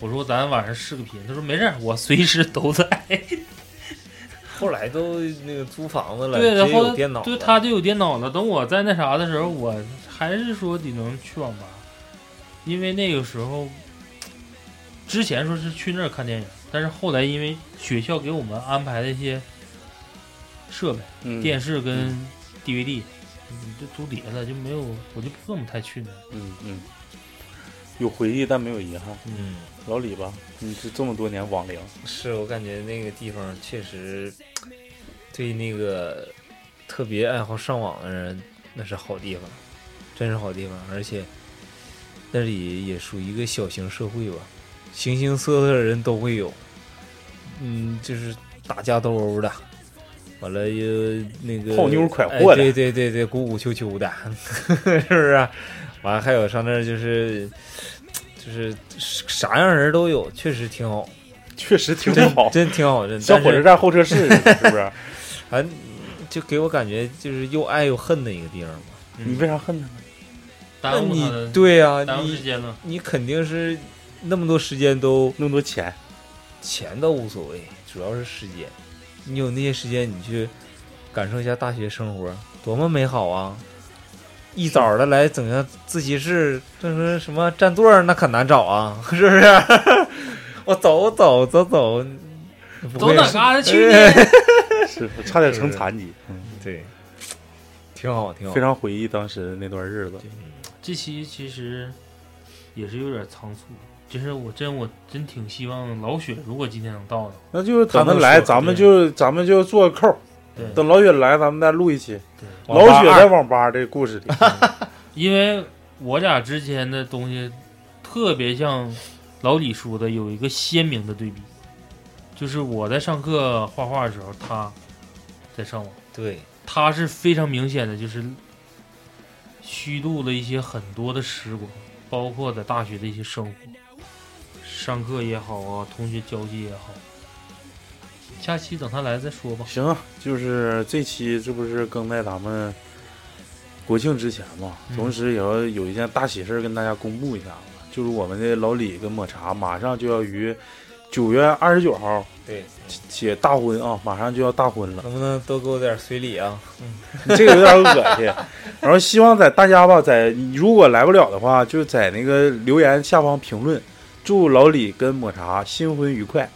Speaker 1: 我说咱晚上视个频，他说没事儿，我随时都在。
Speaker 4: 后来都那个租房子了，
Speaker 1: 对，
Speaker 4: 直
Speaker 1: 然
Speaker 4: 接
Speaker 1: 后
Speaker 4: 有电脑了，
Speaker 1: 对他就有电脑了。等我在那啥的时候，我还是说得能去网吧，因为那个时候之前说是去那儿看电影，但是后来因为学校给我们安排的一些设备，
Speaker 9: 嗯
Speaker 1: 电视跟 DVD，嗯就租碟子就没有，我就不怎么太去那儿。
Speaker 9: 嗯嗯，有回忆但没有遗憾。
Speaker 4: 嗯，
Speaker 9: 老李吧，你这这么多年网龄，
Speaker 4: 是我感觉那个地方确实对那个特别爱好上网的人，那是好地方，真是好地方。而且那里也属于一个小型社会吧，形形色色的人都会有。嗯，就是打架斗殴的，完了又那个
Speaker 9: 泡妞儿快活的
Speaker 4: 哎对对对对，鼓鼓秋秋的，是不是、完了还有上那儿就是就是啥样人都有，确实挺好。
Speaker 9: 确实挺
Speaker 4: 真
Speaker 9: 好
Speaker 4: 真挺好，真
Speaker 9: 像火车站候车室似的是不是？
Speaker 4: 反正就给我感觉就是又爱又恨的一个地方嘛。
Speaker 9: 你为啥恨他呢？
Speaker 4: 那
Speaker 1: 耽误他
Speaker 4: 你
Speaker 1: 的
Speaker 4: 对呀、
Speaker 1: 耽误
Speaker 4: 你
Speaker 1: 时间了。
Speaker 4: 你肯定是那么多时间都
Speaker 9: 那么多钱，
Speaker 4: 钱倒无所谓，主要是时间。你有那些时间，你去感受一下大学生活，多么美好啊！一早的来整个自习室，这说什么占座儿那可难找啊，是 不是？我走走走走，
Speaker 1: 走哪嘎达去呢？
Speaker 9: 是差点成残疾，嗯，
Speaker 1: 啊
Speaker 4: 对，挺好，挺好
Speaker 9: 非。常回忆当时那段日子。
Speaker 1: 这期其实也是有点仓促，就是我真我真挺希望老雪如果今天能到的话，
Speaker 3: 那就是他
Speaker 1: 咱们
Speaker 3: 们来，
Speaker 1: 说
Speaker 3: 咱们
Speaker 1: 对
Speaker 3: 就咱们就做个扣儿
Speaker 1: 对，
Speaker 3: 等老雪来，咱们再录一期。
Speaker 4: 网吧
Speaker 3: 老雪
Speaker 4: 二
Speaker 3: 在网吧这个故事里，
Speaker 1: 因为我俩之间的东西特别像老李说的有一个鲜明的对比，就是我在上课画画的时候，他在上网，
Speaker 4: 对，
Speaker 1: 他是非常明显的，就是虚度了一些很多的时光，包括在大学的一些生活，上课也好啊，同学交际也好。下期等他来再说吧。
Speaker 3: 行啊，就是这期这不是更在咱们国庆之前嘛，
Speaker 1: 嗯
Speaker 3: 同时也要有一件大喜事儿跟大家公布一下嘛，就是我们的老李跟抹茶马上就要于九月二十九号
Speaker 4: 对，
Speaker 3: 且大婚啊，马上就要大 婚了。
Speaker 4: 能不能多给我点随礼啊？
Speaker 3: 你这个有点恶心。然后希望在大家吧，在你如果来不了的话，就在那个留言下方评论，祝老李跟抹茶新婚愉快，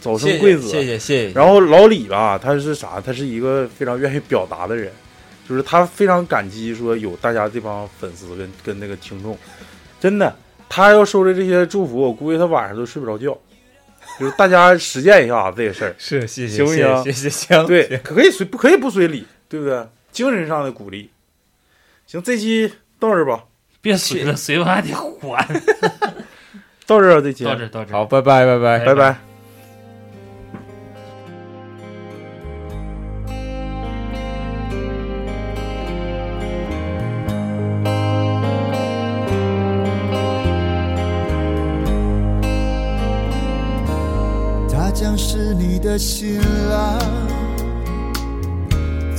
Speaker 3: 早生贵子。啊
Speaker 4: 谢谢谢谢谢谢。
Speaker 3: 然后老李吧，他是啥？他是一个非常愿意表达的人，就是他非常感激说有大家这帮粉丝跟跟那个听众，真的，他要收着这些祝福，我估计他晚上都睡不着觉。 就是大家实践一下这个事儿，
Speaker 4: 是谢啊谢
Speaker 3: 行不
Speaker 4: 谢
Speaker 3: 行
Speaker 4: 谢谢谢行，
Speaker 3: 对，可以随不可以不随礼，对不对？精神上的鼓励。行，这期到这儿吧，
Speaker 1: 别随了，随完还得还。
Speaker 3: 到这儿啊这期，
Speaker 1: 到这儿到这儿。
Speaker 4: 好，拜拜拜拜。
Speaker 3: 拜拜。
Speaker 10: 他将是你的新郎。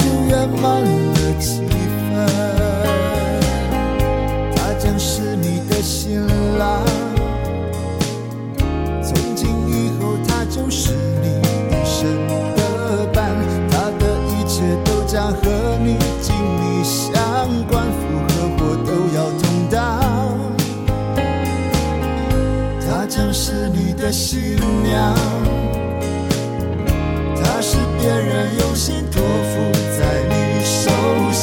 Speaker 10: 了气氛，他将是你的新郎，从今以后他就是你一生的伴，他的一切都将和你紧密相关，福和祸都要同当，她将是你的新娘。他是别人用心托付在你手上，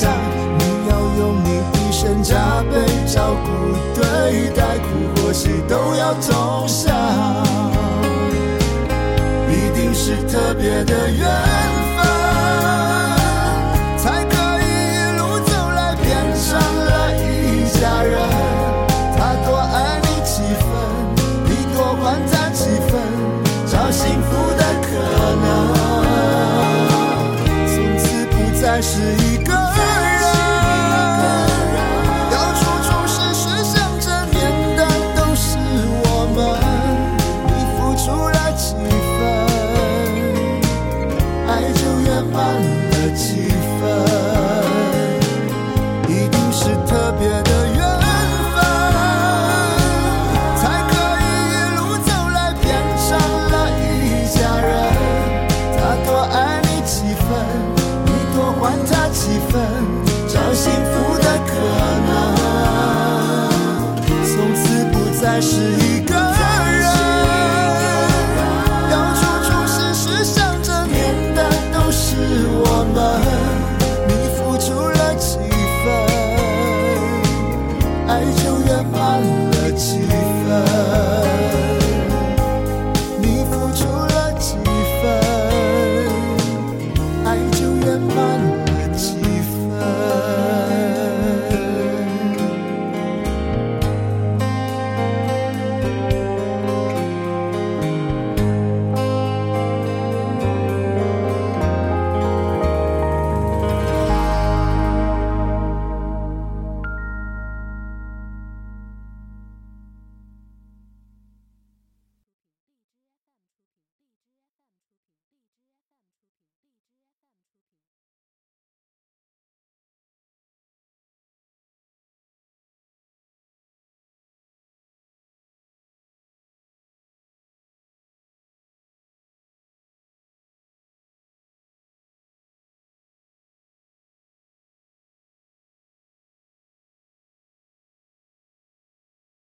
Speaker 10: 你要用你一生加倍照顾对待，苦或喜都要同享，必定是特别的缘分，才可以一路走来变成了一家人。他多爱你几分，你多还他几分。找幸福的可能，从此不再是一个人。要处处事事想着面的都是我们，你付出了几分，爱就圆满了几分，一定是特别的缘分，才可以一路走来变成了一家人。他多爱你几分，你多还他几分，找幸福的可能，从此不再是一。